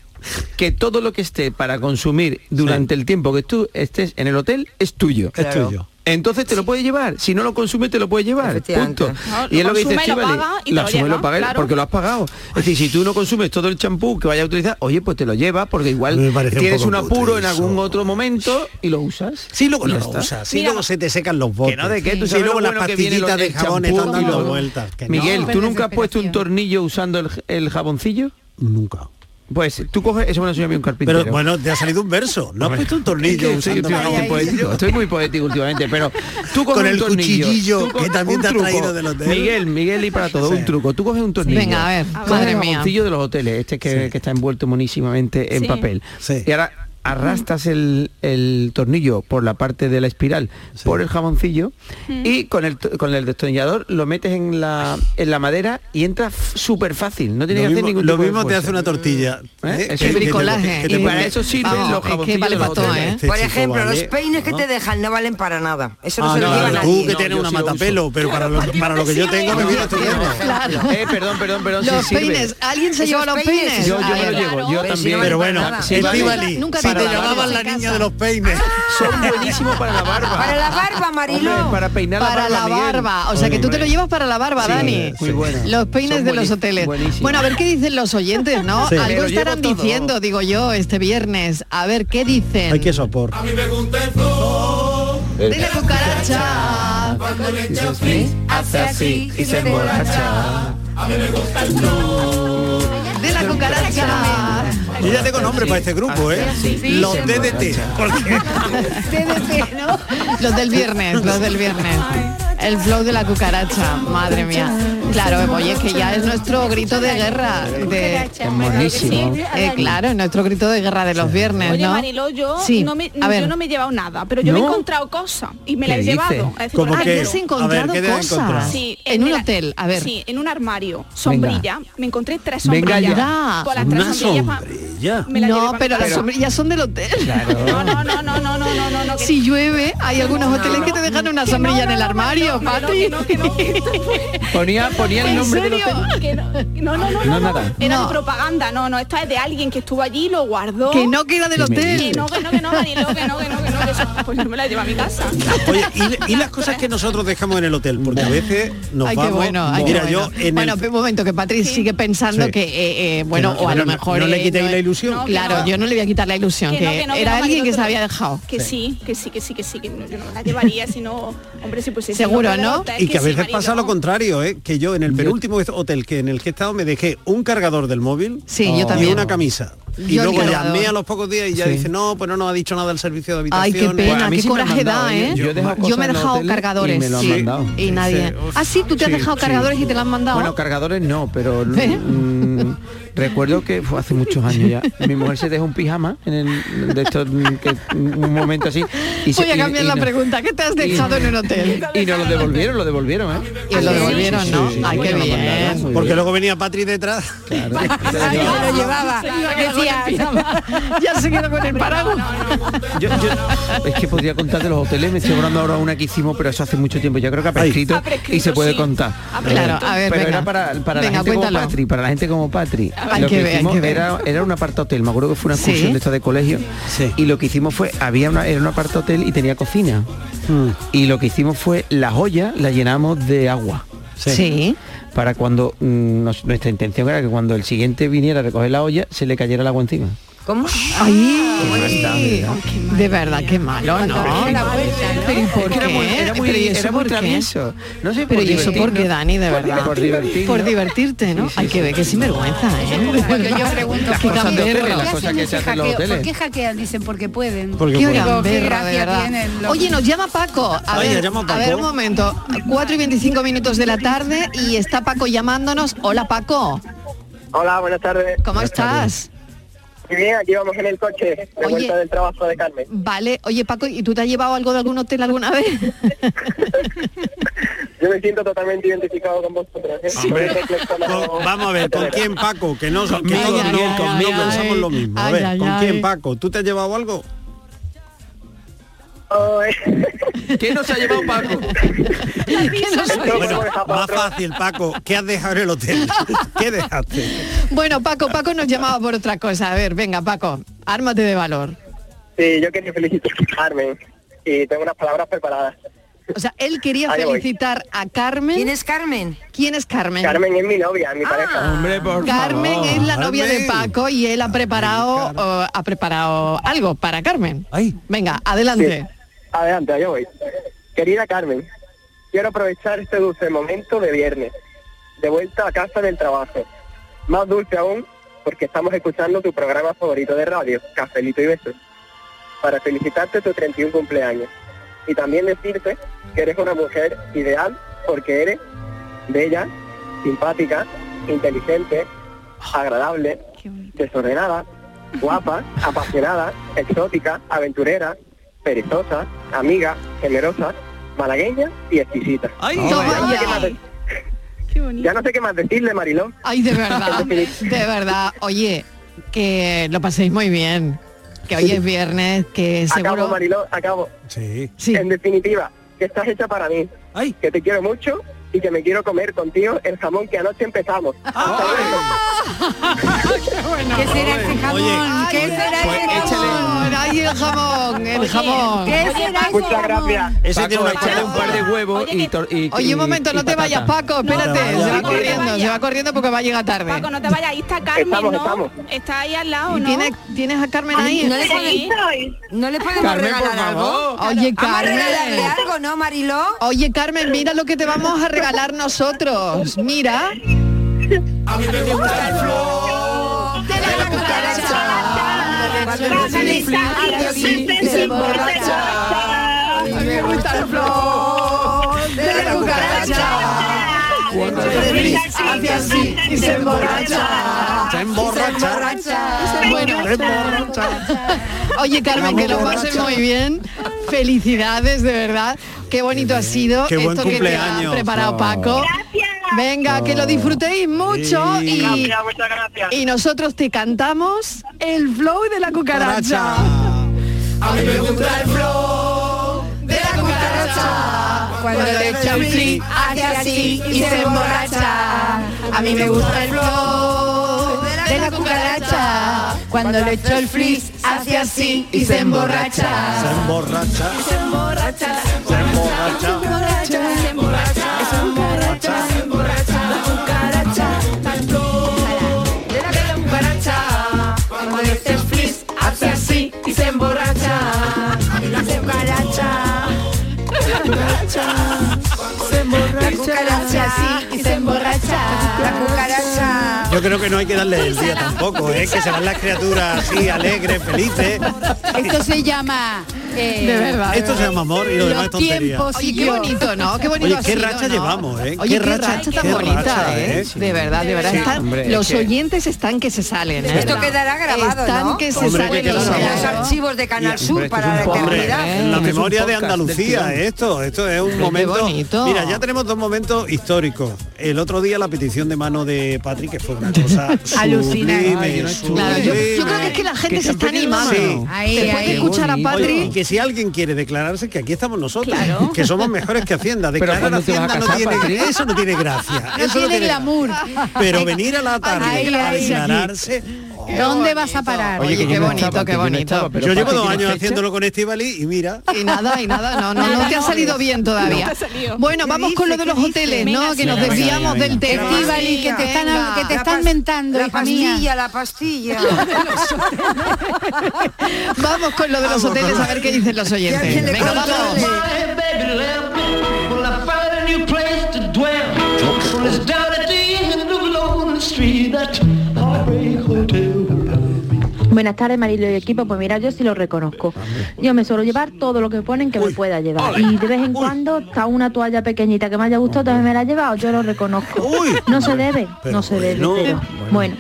Speaker 6: que todo lo que esté para consumir durante el tiempo que tú estés en el hotel es tuyo.
Speaker 4: Es tuyo.
Speaker 6: Entonces te lo puedes llevar. Si no lo consumes, te lo puedes llevar.
Speaker 7: Efectivamente.
Speaker 6: Punto.
Speaker 3: No,
Speaker 6: y es lo que dice
Speaker 3: consume y lo
Speaker 6: Estíbaliz,
Speaker 3: paga y te
Speaker 6: lo
Speaker 3: lo
Speaker 6: asume y
Speaker 3: lleva,
Speaker 6: lo paga
Speaker 3: claro.
Speaker 6: porque lo has pagado. Es decir, si tú no consumes todo el champú que vayas a utilizar, oye, pues te lo llevas
Speaker 4: Me
Speaker 6: porque igual
Speaker 4: parece un
Speaker 6: tienes
Speaker 4: poco
Speaker 6: un apuro
Speaker 4: cutre
Speaker 6: en algún
Speaker 4: eso.
Speaker 6: otro momento y lo usas.
Speaker 4: Sí, luego
Speaker 6: Y
Speaker 4: no
Speaker 6: ya
Speaker 4: lo
Speaker 6: está.
Speaker 4: usas. Sí,
Speaker 3: Mira,
Speaker 4: luego se te secan los botes.
Speaker 6: Que no, de qué, tú
Speaker 4: Sí,
Speaker 6: sabes lo
Speaker 4: luego las
Speaker 6: bueno que viene
Speaker 4: pastillitas
Speaker 6: lo-
Speaker 4: de
Speaker 6: el
Speaker 4: jabón
Speaker 6: champú
Speaker 4: están
Speaker 6: y
Speaker 4: dando
Speaker 6: lo-
Speaker 4: vueltas. que no.
Speaker 6: Miguel,
Speaker 5: pero
Speaker 6: ¿tú nunca has puesto un
Speaker 5: desesperación.
Speaker 6: tornillo usando el, el jaboncillo?
Speaker 4: Nunca.
Speaker 6: Pues tú coges, eso me lo enseñó a mí un carpintero.
Speaker 4: Pero bueno, te ha salido un verso. No has puesto un tornillo
Speaker 6: Sí,
Speaker 4: usando
Speaker 6: estoy,
Speaker 4: ahí.
Speaker 6: últimamente poético, estoy muy poético últimamente, pero tú coges
Speaker 4: Con
Speaker 6: un
Speaker 4: el
Speaker 6: tornillo,
Speaker 4: cuchillillo
Speaker 6: tú coges
Speaker 4: que también
Speaker 6: un
Speaker 4: te ha
Speaker 6: truco.
Speaker 4: traído del hotel.
Speaker 6: Miguel, Miguel y para todo,
Speaker 4: Sí.
Speaker 6: un truco. Tú coges un tornillo.
Speaker 2: Venga, a ver,
Speaker 6: coges
Speaker 2: madre
Speaker 6: el
Speaker 2: mía.
Speaker 6: jaboncillo de los hoteles, este que,
Speaker 4: Sí.
Speaker 6: que está envuelto monísimamente en
Speaker 3: Sí.
Speaker 6: papel.
Speaker 4: Sí.
Speaker 6: Y ahora arrastras el, el tornillo por la parte de la espiral, por el jaboncillo, y con el, to- con el destornillador lo metes en la, en la madera y entra f- súper fácil. No tienes
Speaker 4: Lo
Speaker 6: que hacer
Speaker 4: mismo,
Speaker 6: ningún
Speaker 4: lo
Speaker 6: tipo de
Speaker 4: mismo te
Speaker 6: fuerza.
Speaker 4: hace una tortilla. ¿eh?
Speaker 6: ¿Eh? Es
Speaker 4: Que-
Speaker 6: un
Speaker 4: que te-
Speaker 2: bricolaje.
Speaker 4: que te
Speaker 2: Y
Speaker 4: pone-
Speaker 6: para eso sirven
Speaker 2: Vamos,
Speaker 6: los
Speaker 2: es que
Speaker 6: jaboncillos de
Speaker 2: vale
Speaker 6: los
Speaker 2: para todo,
Speaker 6: hoteles.
Speaker 2: ¿eh?
Speaker 4: Este
Speaker 7: Por
Speaker 4: chico
Speaker 7: ejemplo,
Speaker 4: vale,
Speaker 7: los peines que
Speaker 4: ¿no?
Speaker 7: te dejan no valen para nada. Eso no
Speaker 4: Ah,
Speaker 7: se lo
Speaker 4: no,
Speaker 7: lleva
Speaker 4: tú que
Speaker 7: nadie.
Speaker 6: No,
Speaker 4: tienes
Speaker 6: yo
Speaker 4: una
Speaker 6: sí lo
Speaker 4: matapelo, pero para lo, para lo que yo tengo me viene tu
Speaker 2: Claro.
Speaker 6: Eh, perdón, perdón, perdón.
Speaker 2: Los
Speaker 6: sí sirve.
Speaker 2: peines. ¿Alguien se
Speaker 7: Esos
Speaker 2: lleva los
Speaker 7: peines.
Speaker 2: peines?
Speaker 6: Yo, yo
Speaker 2: A
Speaker 6: me
Speaker 2: ver.
Speaker 6: lo llevo, yo
Speaker 7: Pero si
Speaker 6: también.
Speaker 4: Pero
Speaker 7: no vale
Speaker 4: bueno,
Speaker 7: para nada.
Speaker 6: Sí, vale.
Speaker 4: Estivali,
Speaker 2: Nunca
Speaker 4: si
Speaker 2: te
Speaker 4: te
Speaker 2: la barba
Speaker 4: llamaban
Speaker 2: se
Speaker 4: la
Speaker 2: casa.
Speaker 4: niña de los peines.
Speaker 6: Son buenísimos para la barba.
Speaker 7: Ah. Para la barba, Mariló.
Speaker 6: Hombre, para peinar la
Speaker 2: para
Speaker 6: barba.
Speaker 2: la
Speaker 6: Miguel.
Speaker 2: barba. O sea que tú te lo llevas para la barba,
Speaker 6: Sí,
Speaker 2: Dani.
Speaker 6: muy bueno.
Speaker 2: Los peines
Speaker 6: Son
Speaker 2: de los
Speaker 6: buenis-
Speaker 2: hoteles.
Speaker 6: buenísimos.
Speaker 2: Bueno, a ver qué dicen los oyentes, ¿no?
Speaker 4: Sí.
Speaker 2: Algo
Speaker 6: Me lo llevo
Speaker 2: estarán
Speaker 6: todo.
Speaker 2: diciendo, digo yo, este viernes. A ver qué dicen.
Speaker 4: Hay que sopor.
Speaker 2: De la cucaracha.
Speaker 8: Hace así y se emborracha.
Speaker 2: De la cucaracha.
Speaker 4: Yo ya tengo nombre para este grupo, ¿eh? Los DDT. Porque
Speaker 2: TDT, ¿no? Los del viernes, los del viernes. El flow de la cucaracha, madre mía. Claro, oye, es que ya es nuestro grito de guerra. De,
Speaker 6: buenísimo.
Speaker 2: eh, claro, es nuestro grito de guerra de los viernes,
Speaker 3: Oye,
Speaker 2: ¿no?
Speaker 3: Mariló, yo,
Speaker 2: Sí,
Speaker 3: no me,
Speaker 2: a ver.
Speaker 3: yo no me he llevado nada, pero yo me he
Speaker 6: ¿No?
Speaker 3: encontrado cosas y me las he
Speaker 6: ¿Qué dices?
Speaker 3: llevado. Es decir,
Speaker 4: ¿Cómo
Speaker 3: ah,
Speaker 4: qué?
Speaker 2: ¿Qué
Speaker 3: yo-
Speaker 2: has
Speaker 4: A ver,
Speaker 2: encontrado
Speaker 4: ¿qué te has
Speaker 2: cosas?
Speaker 4: encontrado?
Speaker 3: Sí,
Speaker 2: en un
Speaker 3: la-
Speaker 2: hotel, a ver.
Speaker 3: Sí, en un armario.
Speaker 6: Venga.
Speaker 3: Sombrilla. Me encontré tres
Speaker 6: Venga
Speaker 3: sombrillas.
Speaker 6: ya.
Speaker 3: Con las
Speaker 4: Una
Speaker 3: tres sombrillas. pa-
Speaker 4: sombrilla.
Speaker 3: me las llevé
Speaker 2: no,
Speaker 3: pa'
Speaker 2: pero
Speaker 3: mi
Speaker 2: las
Speaker 3: casa.
Speaker 2: sombrillas son del hotel.
Speaker 3: No, no, no, no, no, no, no, no, no. que-
Speaker 2: Si llueve, hay algunos hoteles que te
Speaker 3: no,
Speaker 2: dejan una
Speaker 3: que no,
Speaker 2: sombrilla
Speaker 3: no,
Speaker 2: en el
Speaker 3: no,
Speaker 2: armario,
Speaker 3: no, no,
Speaker 2: Patri.
Speaker 3: que no, que no, que no.
Speaker 6: Ponía, ponía el
Speaker 3: ¿En
Speaker 6: nombre de
Speaker 3: serio? Que no, que no, no, no,
Speaker 6: No,
Speaker 3: no, no.
Speaker 6: nada.
Speaker 3: Era
Speaker 6: No.
Speaker 3: de propaganda, no, no, esto es de alguien que estuvo allí, lo guardó.
Speaker 2: Que no, que era del
Speaker 3: Que
Speaker 2: hotel.
Speaker 3: no, que no, que no, Mariló, que no, que no, que no, que eso, pues yo me la llevo a mi casa.
Speaker 4: Oye, y, y las cosas que nosotros dejamos en el hotel, porque a veces nos
Speaker 2: ay, qué
Speaker 4: vamos.
Speaker 2: bueno, ay, qué
Speaker 4: mira,
Speaker 2: bueno.
Speaker 4: yo en
Speaker 2: bueno,
Speaker 4: el
Speaker 2: pe- un momento, que Patrick sigue pensando
Speaker 4: Sí.
Speaker 2: que, eh, eh, bueno,
Speaker 4: Que no,
Speaker 2: o a
Speaker 4: que
Speaker 2: lo
Speaker 4: no-
Speaker 2: mejor...
Speaker 4: no le
Speaker 2: eh,
Speaker 4: quitéis la ilusión.
Speaker 2: No, claro,
Speaker 3: que no.
Speaker 2: yo no le voy a quitar la ilusión, que,
Speaker 3: Que no, que no, que
Speaker 2: era
Speaker 3: no,
Speaker 2: alguien
Speaker 3: Mariló,
Speaker 2: que
Speaker 3: te
Speaker 2: se
Speaker 3: lo-
Speaker 2: había dejado.
Speaker 3: Que sí, que sí, que sí, que sí, que no, yo no me la llevaría, sino, hombre, si pues
Speaker 2: Seguro, ¿no?
Speaker 4: Y que a veces pasa lo contrario, ¿eh? que yo en el penúltimo hotel que en el que he estado me dejé un cargador del móvil
Speaker 2: Sí, yo
Speaker 4: y
Speaker 2: también.
Speaker 4: una camisa. Y
Speaker 2: Yo el
Speaker 4: luego
Speaker 2: cargador.
Speaker 4: llamé a los pocos días y ya
Speaker 6: Sí.
Speaker 4: dice, no, pues no nos ha dicho nada el servicio de habitación.
Speaker 2: Ay, qué
Speaker 4: Bueno,
Speaker 2: pena,
Speaker 4: a mí
Speaker 2: qué
Speaker 4: sí me han
Speaker 2: coraje
Speaker 4: mandado,
Speaker 2: da,
Speaker 4: ¿eh.
Speaker 2: ¿eh?
Speaker 6: Yo he dejado
Speaker 2: Yo me he
Speaker 6: cosas en
Speaker 2: dejado
Speaker 6: hoteles
Speaker 2: cargadores.
Speaker 6: y me lo han
Speaker 2: sí,
Speaker 6: mandado.
Speaker 2: y nadie.
Speaker 4: Sí.
Speaker 2: Ah, sí, tú te has
Speaker 6: Sí,
Speaker 2: dejado
Speaker 6: sí.
Speaker 2: cargadores y te lo han mandado.
Speaker 6: Bueno, cargadores no, pero
Speaker 2: ¿Eh?
Speaker 6: mm, recuerdo que fue hace muchos años ya. Mi mujer se dejó un pijama en el, de estos, mm, que- un momento así. Y se-
Speaker 2: Voy a
Speaker 6: y-
Speaker 2: cambiar
Speaker 6: y
Speaker 2: la
Speaker 6: no-
Speaker 2: pregunta. ¿Qué te has dejado en un hotel?
Speaker 6: Y nos lo devolvieron, lo devolvieron, ¿eh?
Speaker 2: Y lo devolvieron, ¿no? Ay, qué
Speaker 6: Lo
Speaker 2: bien.
Speaker 6: mandaron, muy
Speaker 4: Porque
Speaker 6: bien.
Speaker 4: luego venía Patri detrás.
Speaker 5: Ay, yo lo llevaba. Decía,
Speaker 2: ya se quedó con el paraguas.
Speaker 6: Yo- yo- es que podría contar de los hoteles, me estoy hablando ahora una que hicimos, pero eso hace mucho tiempo. Yo creo que ha prescrito,
Speaker 3: Ha prescrito,
Speaker 6: y se puede
Speaker 3: sí.
Speaker 6: contar.
Speaker 3: Ha
Speaker 2: Claro, a ver,
Speaker 6: pero
Speaker 2: venga.
Speaker 6: era para, para
Speaker 2: Venga,
Speaker 6: la gente
Speaker 2: cuéntalo.
Speaker 6: como Patri, para la gente como Patri.
Speaker 2: Hay
Speaker 6: lo
Speaker 2: que
Speaker 6: que,
Speaker 2: ver, hay
Speaker 6: hicimos
Speaker 2: que ver.
Speaker 6: era, era un aparta hotel, me acuerdo que fue una excursión
Speaker 2: Sí.
Speaker 6: de esta de colegio.
Speaker 4: Sí.
Speaker 6: Y lo que hicimos fue, había una, era un aparta hotel y tenía cocina. Y lo que hicimos fue, la joya la llenamos de agua
Speaker 4: Sí.
Speaker 2: Sí.
Speaker 6: para cuando mm, nos- nuestra intención era que cuando el siguiente viniera a recoger la olla se le cayera el agua encima.
Speaker 7: ¿Cómo?
Speaker 2: Ay, de verdad, qué malo, ¿no? Pero ¿y por
Speaker 6: Es que era muy,
Speaker 2: qué?
Speaker 6: era muy-
Speaker 2: Pero ¿y eso
Speaker 6: era muy
Speaker 2: por qué?
Speaker 6: travieso. No sé,
Speaker 2: Pero
Speaker 6: por
Speaker 2: ¿y eso por qué,
Speaker 6: divertirnos.
Speaker 2: Dani, de verdad?
Speaker 6: Por divertirnos.
Speaker 2: Por divertirte, ¿no? Hay que ver que sinvergüenza, ¿eh?
Speaker 5: Porque yo pregunto
Speaker 6: Las
Speaker 5: ¿por
Speaker 6: cosas
Speaker 5: qué?
Speaker 6: de hoteles, las
Speaker 5: ¿Por qué hacen
Speaker 6: cosas que
Speaker 5: ese
Speaker 6: se hacen en los
Speaker 5: hackeo? ¿Por
Speaker 6: hoteles.
Speaker 5: qué hackean? Dicen porque pueden.
Speaker 4: Porque
Speaker 2: Qué
Speaker 4: pueden.
Speaker 5: gran-
Speaker 2: gamberra, de
Speaker 5: gracia
Speaker 2: verdad.
Speaker 5: tienen los-
Speaker 2: Oye, nos llama Paco. A
Speaker 4: Ay,
Speaker 2: ver,
Speaker 4: nos llama
Speaker 2: a
Speaker 4: Paco.
Speaker 2: ver, un momento. 4 y 25 minutos de la tarde y está Paco llamándonos. Hola, Paco.
Speaker 9: Hola, buenas tardes.
Speaker 2: ¿Cómo estás?
Speaker 9: Muy bien, aquí vamos en el coche, de
Speaker 2: Oye.
Speaker 9: vuelta del trabajo de Carmen.
Speaker 2: Vale. Oye, Paco, ¿y tú te has llevado algo de algún hotel alguna vez?
Speaker 9: Yo me siento totalmente identificado con vosotros. ¿eh?
Speaker 4: Hombre.
Speaker 9: Estoy reflexionando.
Speaker 4: Con- vamos a ver, ¿con quién Paco? Que no, que
Speaker 6: Conmigo,
Speaker 4: todos
Speaker 6: ay,
Speaker 4: no,
Speaker 6: ay,
Speaker 4: con- no
Speaker 2: ay,
Speaker 4: pensamos
Speaker 2: ay.
Speaker 4: lo mismo. A
Speaker 2: Ay,
Speaker 4: ver,
Speaker 2: ay,
Speaker 4: ¿con
Speaker 2: ay.
Speaker 4: quién Paco? ¿Tú te has llevado algo?
Speaker 9: Oh, eh.
Speaker 6: ¿Qué nos ha llevado Paco?
Speaker 2: Que no soy-
Speaker 9: Yo
Speaker 4: Bueno,
Speaker 9: vuelvo a dejar para
Speaker 4: más
Speaker 9: otro.
Speaker 4: fácil, Paco. ¿Qué has dejado en el hotel? ¿Qué dejaste?
Speaker 2: Bueno, Paco, Paco nos llamaba por otra cosa. A ver, venga, Paco, ármate de valor.
Speaker 9: Sí, yo quería felicitar a Carmen y tengo unas palabras preparadas.
Speaker 2: O sea, él quería
Speaker 9: Ahí voy.
Speaker 2: felicitar a Carmen.
Speaker 7: ¿Quién es Carmen?
Speaker 2: ¿Quién es Carmen?
Speaker 9: Carmen es mi novia, mi pareja.
Speaker 6: Hombre, por
Speaker 2: Ah. Carmen
Speaker 6: favor.
Speaker 2: es la novia de
Speaker 4: Ah, Carmen. Ah,
Speaker 2: Paco y él ha preparado eh, ha preparado algo para Carmen. Venga, adelante.
Speaker 9: Adelante, allá voy. Querida Carmen, quiero aprovechar este dulce momento de viernes, de vuelta a casa del trabajo. Más dulce aún, porque estamos escuchando tu programa favorito de radio, Cafelito y Besos, para felicitarte tu 31 cumpleaños. Y también decirte que eres una mujer ideal porque eres bella, simpática, inteligente, agradable, desordenada, guapa, apasionada, exótica, aventurera, perezosa, amiga, generosa, malagueña y exquisita.
Speaker 6: Ay,
Speaker 2: Toma
Speaker 9: ya, no sé qué
Speaker 2: ya.
Speaker 9: más de-
Speaker 3: Qué bonito.
Speaker 9: ya no sé qué más decirle, Marilón.
Speaker 2: Ay, de verdad, de verdad. Oye, que lo paséis muy bien. Que hoy es viernes, que
Speaker 9: Acabo,
Speaker 2: Eh, seguro.
Speaker 9: Marilón, acabo.
Speaker 4: Sí.
Speaker 2: Sí.
Speaker 9: En definitiva, que estás hecha para mí,
Speaker 4: Ay.
Speaker 9: que te quiero mucho y que me quiero comer contigo el jamón que anoche empezamos.
Speaker 4: Ah,
Speaker 5: ¿Qué será ese jamón?
Speaker 2: Ay,
Speaker 5: ¿Qué
Speaker 2: el
Speaker 5: será
Speaker 6: pues
Speaker 5: ese
Speaker 6: échale.
Speaker 5: jamón?
Speaker 2: jamón, ay, el jamón, el jamón.
Speaker 5: ¿Qué será ese
Speaker 9: Muchas
Speaker 5: jamón?
Speaker 9: gracias.
Speaker 4: Ese
Speaker 6: Paco,
Speaker 4: tiene una
Speaker 6: échale un par de huevos
Speaker 3: Oye,
Speaker 6: y,
Speaker 3: que-
Speaker 6: tor- y-
Speaker 2: Oye, un momento,
Speaker 6: y
Speaker 2: no te
Speaker 6: patata.
Speaker 2: vayas, Paco,
Speaker 4: No,
Speaker 2: espérate,
Speaker 4: no,
Speaker 2: se va
Speaker 4: no,
Speaker 2: corriendo,
Speaker 3: no te
Speaker 2: se va
Speaker 3: vayas.
Speaker 2: corriendo porque va a llegar tarde.
Speaker 3: Paco, no te vayas, ahí está Carmen,
Speaker 9: Estamos,
Speaker 3: ¿no?
Speaker 9: estamos.
Speaker 3: Está ahí al lado,
Speaker 2: ¿Y
Speaker 3: ¿no?
Speaker 2: ¿Tienes, tienes a Carmen ahí?
Speaker 7: no le
Speaker 3: Sí.
Speaker 7: ¿No le podemos
Speaker 6: Carmen, por
Speaker 7: regalar algo?
Speaker 6: favor.
Speaker 2: Oye,
Speaker 7: Vamos a
Speaker 2: Carmen.
Speaker 7: regalarle algo, ¿no, Mariló?
Speaker 2: Oye, Carmen, mira lo que te vamos a regalar nosotros. Mira. Te la cucaracha. Me gusta el flor de la cucaracha. Cuando te feliz, hace así y se emborracha.
Speaker 4: Se emborracha.
Speaker 2: Bueno,
Speaker 4: Se emborracha.
Speaker 2: oye Carmen, que lo pases muy bien. Felicidades, de verdad. Qué bonito ha sido
Speaker 4: Qué buen
Speaker 2: esto que te ha
Speaker 4: cumpleaños.
Speaker 2: preparado
Speaker 6: No.
Speaker 2: Paco. Venga, que lo disfrutéis mucho y,
Speaker 9: muchas gracias.
Speaker 2: y nosotros te cantamos el flow de la cucaracha.
Speaker 4: Borracha.
Speaker 2: De la cucaracha.
Speaker 8: Cuando el champín hace así y se emborracha. A mí me gusta el flow de la cucaracha. Cuando le echo el frizz hace así y se
Speaker 2: Ah.
Speaker 8: emborracha.
Speaker 4: Se emborracha. Se
Speaker 8: Se emborracha,
Speaker 4: emborracha.
Speaker 8: se emborracha, se emborracha, se emborracha. La cucaracha, tan de la de la cucaracha. Cuando le echo el frizz hace así y se emborracha. La cucaracha. La cucaracha se emborracha. La cucaracha así y se emborracha. La cucaracha.
Speaker 4: Yo creo que no hay que darle el día tampoco, ¿eh? que se van las criaturas así, alegres, felices.
Speaker 5: Esto se llama... eh,
Speaker 2: De verdad.
Speaker 4: Esto se llama amor y lo demás es tontería.
Speaker 5: tiempos
Speaker 2: Oye, qué bonito, ¿no? Qué bonito
Speaker 4: Oye,
Speaker 2: ha
Speaker 4: qué
Speaker 2: sido,
Speaker 4: racha
Speaker 2: ¿no?
Speaker 4: llevamos, ¿eh?
Speaker 2: Oye, qué, racha, tan
Speaker 4: qué
Speaker 2: bonita,
Speaker 4: racha,
Speaker 2: ¿eh?
Speaker 4: ¿eh? Sí.
Speaker 2: De verdad, de verdad.
Speaker 4: Sí,
Speaker 2: están-
Speaker 4: hombre,
Speaker 2: los
Speaker 4: es que-
Speaker 2: oyentes están que se salen, ¿eh?
Speaker 7: Esto quedará grabado,
Speaker 2: Están
Speaker 7: ¿no?
Speaker 2: que se
Speaker 4: Hombre,
Speaker 2: salen
Speaker 4: que queda
Speaker 2: los
Speaker 7: En
Speaker 4: grabado.
Speaker 7: los
Speaker 2: oyentes.
Speaker 7: archivos de Canal Sur
Speaker 6: esto es
Speaker 7: para la
Speaker 6: un hombre,
Speaker 7: eternidad.
Speaker 2: ¿eh?
Speaker 4: La
Speaker 6: Esto es un
Speaker 4: memoria de
Speaker 6: podcast del
Speaker 4: Andalucía,
Speaker 6: tirón.
Speaker 4: esto, esto es un
Speaker 2: qué
Speaker 4: momento.
Speaker 2: bonito.
Speaker 4: Mira, ya tenemos dos momentos históricos. El otro día la petición de mano de Patrick, que fue una cosa
Speaker 5: Alucinante.
Speaker 6: Ay, yo
Speaker 4: sublime,
Speaker 6: no he hecho-
Speaker 2: Claro, yo,
Speaker 4: sublime.
Speaker 2: yo creo que es que la gente
Speaker 6: Que
Speaker 2: se
Speaker 6: te han
Speaker 2: está
Speaker 6: pedido la
Speaker 2: animando.
Speaker 4: mano.
Speaker 5: Ahí,
Speaker 2: Después
Speaker 5: ahí.
Speaker 2: de escuchar
Speaker 6: Oye,
Speaker 2: a
Speaker 4: Oye, y
Speaker 2: Patrick,
Speaker 4: que si alguien quiere declararse que aquí estamos nosotros,
Speaker 3: Claro.
Speaker 4: que somos mejores que Hacienda.
Speaker 6: Pero
Speaker 4: Declarar
Speaker 6: ¿cuándo te vas a
Speaker 4: Hacienda no
Speaker 6: casar,
Speaker 4: tiene,
Speaker 6: Patrick?
Speaker 4: eso no tiene gracia.
Speaker 5: No
Speaker 4: eso no
Speaker 5: tiene
Speaker 4: tiene
Speaker 5: glamour.
Speaker 4: Pero venir a la tarde
Speaker 5: Ahí,
Speaker 4: a
Speaker 5: ahí,
Speaker 4: declararse.
Speaker 5: ¿Dónde vas a parar?
Speaker 2: Oye,
Speaker 6: que
Speaker 2: qué
Speaker 6: yo no
Speaker 2: bonito,
Speaker 6: estaba,
Speaker 2: qué
Speaker 6: que yo no
Speaker 2: bonito.
Speaker 6: estaba, pero
Speaker 4: Yo llevo
Speaker 6: Patrick
Speaker 4: dos
Speaker 6: tiene
Speaker 4: años
Speaker 6: fecha.
Speaker 4: haciéndolo con Estivali y mira.
Speaker 2: Y nada, y nada, no, no, no te ha salido bien todavía.
Speaker 3: No te ha salido.
Speaker 2: Bueno,
Speaker 7: ¿Qué
Speaker 2: vamos con lo de
Speaker 7: dice?
Speaker 2: los
Speaker 7: ¿Qué
Speaker 2: hoteles,
Speaker 3: dice?
Speaker 2: ¿no?
Speaker 3: Venga,
Speaker 2: Que nos
Speaker 4: venga, venga,
Speaker 2: desviamos
Speaker 4: venga.
Speaker 2: del tema.
Speaker 5: Estíbali, que te están-
Speaker 2: Venga.
Speaker 5: que te
Speaker 7: La
Speaker 5: están
Speaker 7: pas-
Speaker 5: mentando,
Speaker 7: la
Speaker 5: hija mía.
Speaker 7: pastilla, la pastilla.
Speaker 2: Vamos con lo de los hoteles a ver qué dicen los
Speaker 7: Que alguien
Speaker 2: oyentes.
Speaker 7: le
Speaker 2: Venga,
Speaker 7: cuente.
Speaker 2: vamos.
Speaker 8: My baby left Well, I found a new place to dwell Well, it's down at the end of Lonely Street That heartbreak hotel
Speaker 10: Buenas tardes, Marilo y equipo. Pues mira, yo sí lo reconozco. Yo me suelo llevar todo lo que ponen que me pueda llevar. Y de vez en cuando está una toalla pequeñita que me haya gustado, también me la he llevado. Yo lo reconozco.
Speaker 4: Uy.
Speaker 10: no se debe,
Speaker 4: Pero
Speaker 10: no se debe.
Speaker 4: bueno.
Speaker 10: pero bueno.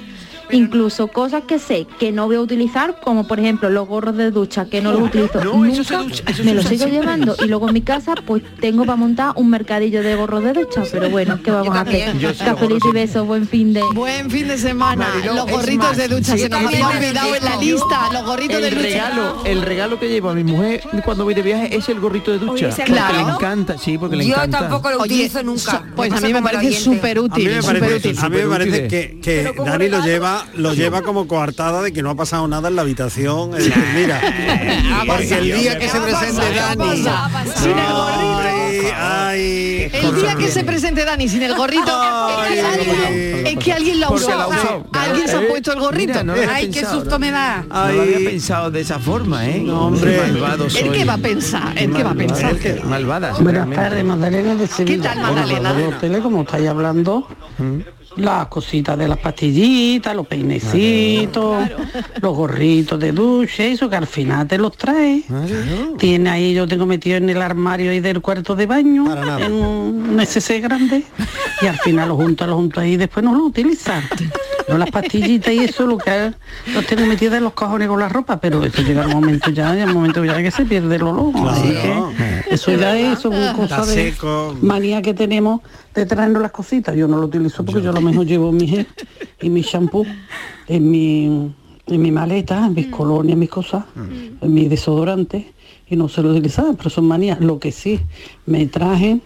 Speaker 10: Incluso cosas que sé que no voy a utilizar, como por ejemplo los gorros de ducha, que no los utilizo nunca, me los sigo llevando y luego en mi casa pues tengo para montar un mercadillo de gorros de ducha, pero bueno, ¿qué vamos a hacer?
Speaker 6: Yo sí los
Speaker 10: Cafelito y
Speaker 6: gorros.
Speaker 10: besos, buen fin de...
Speaker 2: Buen fin de semana.
Speaker 6: Mariló,
Speaker 2: los
Speaker 6: es
Speaker 2: gorritos
Speaker 6: más,
Speaker 2: de ducha
Speaker 6: sí,
Speaker 2: se nos había
Speaker 6: también me
Speaker 2: olvidado en la
Speaker 6: digo yo.
Speaker 2: lista. Los gorritos de
Speaker 6: el
Speaker 2: ducha.
Speaker 6: regalo, el regalo que llevo a mi mujer cuando voy de viaje es el gorrito de
Speaker 3: Oye,
Speaker 6: ducha.
Speaker 3: ese
Speaker 6: porque
Speaker 2: regalo.
Speaker 6: le encanta, sí, porque le
Speaker 7: Yo
Speaker 6: encanta.
Speaker 7: tampoco lo
Speaker 2: Oye,
Speaker 7: utilizo
Speaker 2: so-
Speaker 7: nunca.
Speaker 2: pues a mí me
Speaker 7: pasa como
Speaker 2: parece
Speaker 7: la oyente.
Speaker 2: súper
Speaker 4: A mí
Speaker 2: útil,
Speaker 4: me
Speaker 2: súper
Speaker 4: parece,
Speaker 2: útil.
Speaker 4: a mí me parece que, que
Speaker 3: Pero como
Speaker 4: Dani lo
Speaker 3: regalo.
Speaker 4: lleva, lo lleva como coartada de que no ha pasado nada en la habitación. Es decir, mira, porque el día que se presente Dani,
Speaker 2: pasa, pasa. Sin el gorrito.
Speaker 4: hombre, ay,
Speaker 2: El día que se presente Dani sin el gorrito,
Speaker 4: Ay,
Speaker 2: es, que alguien, es que alguien lo ha
Speaker 6: Porque
Speaker 2: usado.
Speaker 6: la ha usado.
Speaker 2: Alguien se ha
Speaker 6: Eh,
Speaker 2: puesto el gorrito.
Speaker 6: mira, no lo había
Speaker 5: Ay, qué
Speaker 6: pensado,
Speaker 5: susto
Speaker 6: ¿no?
Speaker 5: me da.
Speaker 6: No lo había
Speaker 4: ay.
Speaker 6: pensado de esa forma, ¿eh?
Speaker 4: No, hombre.
Speaker 6: Qué malvado
Speaker 2: ¿El
Speaker 6: soy.
Speaker 2: qué va a pensar? ¿El qué va a pensar?
Speaker 6: Malvada, qué malvadas.
Speaker 11: Buenas
Speaker 6: realmente.
Speaker 11: tardes, Magdalena de Sevilla.
Speaker 2: tal, Magdalena?
Speaker 11: Bueno, los hoteles, como estáis hablando, las cositas de las pastillitas, los peinecitos, los gorritos de ducha, eso que al final te los trae. Tiene ahí, yo tengo metido en el armario ahí del cuarto de baño,
Speaker 4: Para nada.
Speaker 11: en un un SC grande, y al final lo junto, lo junto ahí y después no lo utilizas. No las pastillitas y eso lo que ha- los tengo metidos en los cajones con la ropa, pero eso llega un momento ya, llega un momento ya que se pierde el olor. así
Speaker 4: Claro.
Speaker 11: que eso ya es, eso es cosa
Speaker 4: Está
Speaker 11: de
Speaker 4: seco.
Speaker 11: manía que tenemos de traernos las cositas. Yo no lo utilizo porque yo, a lo mejor llevo mi gel y mi shampoo en mi, en mi maleta,
Speaker 4: Mm.
Speaker 11: en mis colonias, mis
Speaker 4: Ah.
Speaker 11: cosas,
Speaker 6: mm.
Speaker 11: en mi desodorante y no se lo utilizaba, pero son manías. Lo que sí me traje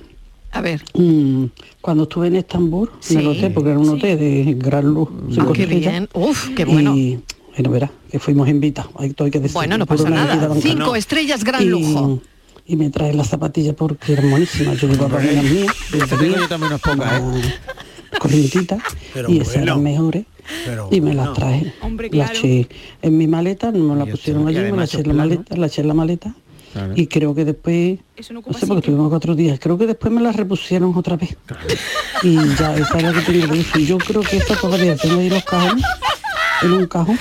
Speaker 2: A ver.
Speaker 11: mm, cuando estuve en Estambul, en
Speaker 2: Sí.
Speaker 11: el hotel, porque era un hotel de gran luz. cinco
Speaker 2: Ah, qué
Speaker 11: estrellas,
Speaker 2: bien. Uf, qué bueno.
Speaker 11: Y, bueno, verá, que fuimos invitados. Ahí todo hay que decir.
Speaker 2: Bueno, no
Speaker 11: por
Speaker 2: pasa
Speaker 11: una vida
Speaker 2: nada.
Speaker 11: bancaria
Speaker 2: Cinco estrellas, gran
Speaker 11: y,
Speaker 2: lujo.
Speaker 11: Y me trae las zapatillas porque eran buenísimas. Yo llevaba unas mías,
Speaker 6: Yo te digo, yo también os pongo, ¿eh?
Speaker 11: ah, corrientitas,
Speaker 4: Pero
Speaker 11: y esas eran
Speaker 4: bueno.
Speaker 11: mejores.
Speaker 4: Pero
Speaker 11: y me
Speaker 4: bueno.
Speaker 11: las traje.
Speaker 3: Hombre,
Speaker 11: Las
Speaker 3: claro.
Speaker 11: eché en mi maleta, no me la
Speaker 6: Y
Speaker 11: pusieron
Speaker 6: esto- y
Speaker 11: allí, me la
Speaker 6: además
Speaker 11: eché en la
Speaker 6: soplar, ¿no?
Speaker 11: maleta, la eché en la maleta.
Speaker 6: Claro.
Speaker 11: Y creo que después,
Speaker 3: Eso
Speaker 11: no,
Speaker 3: no ocupa
Speaker 11: sé, porque
Speaker 3: sitio.
Speaker 11: estuvimos cuatro días, creo que después me la repusieron otra vez. Y ya, esa era la que tenía que decir. Yo creo que esta todavía tengo ahí los cajones, en un cajón,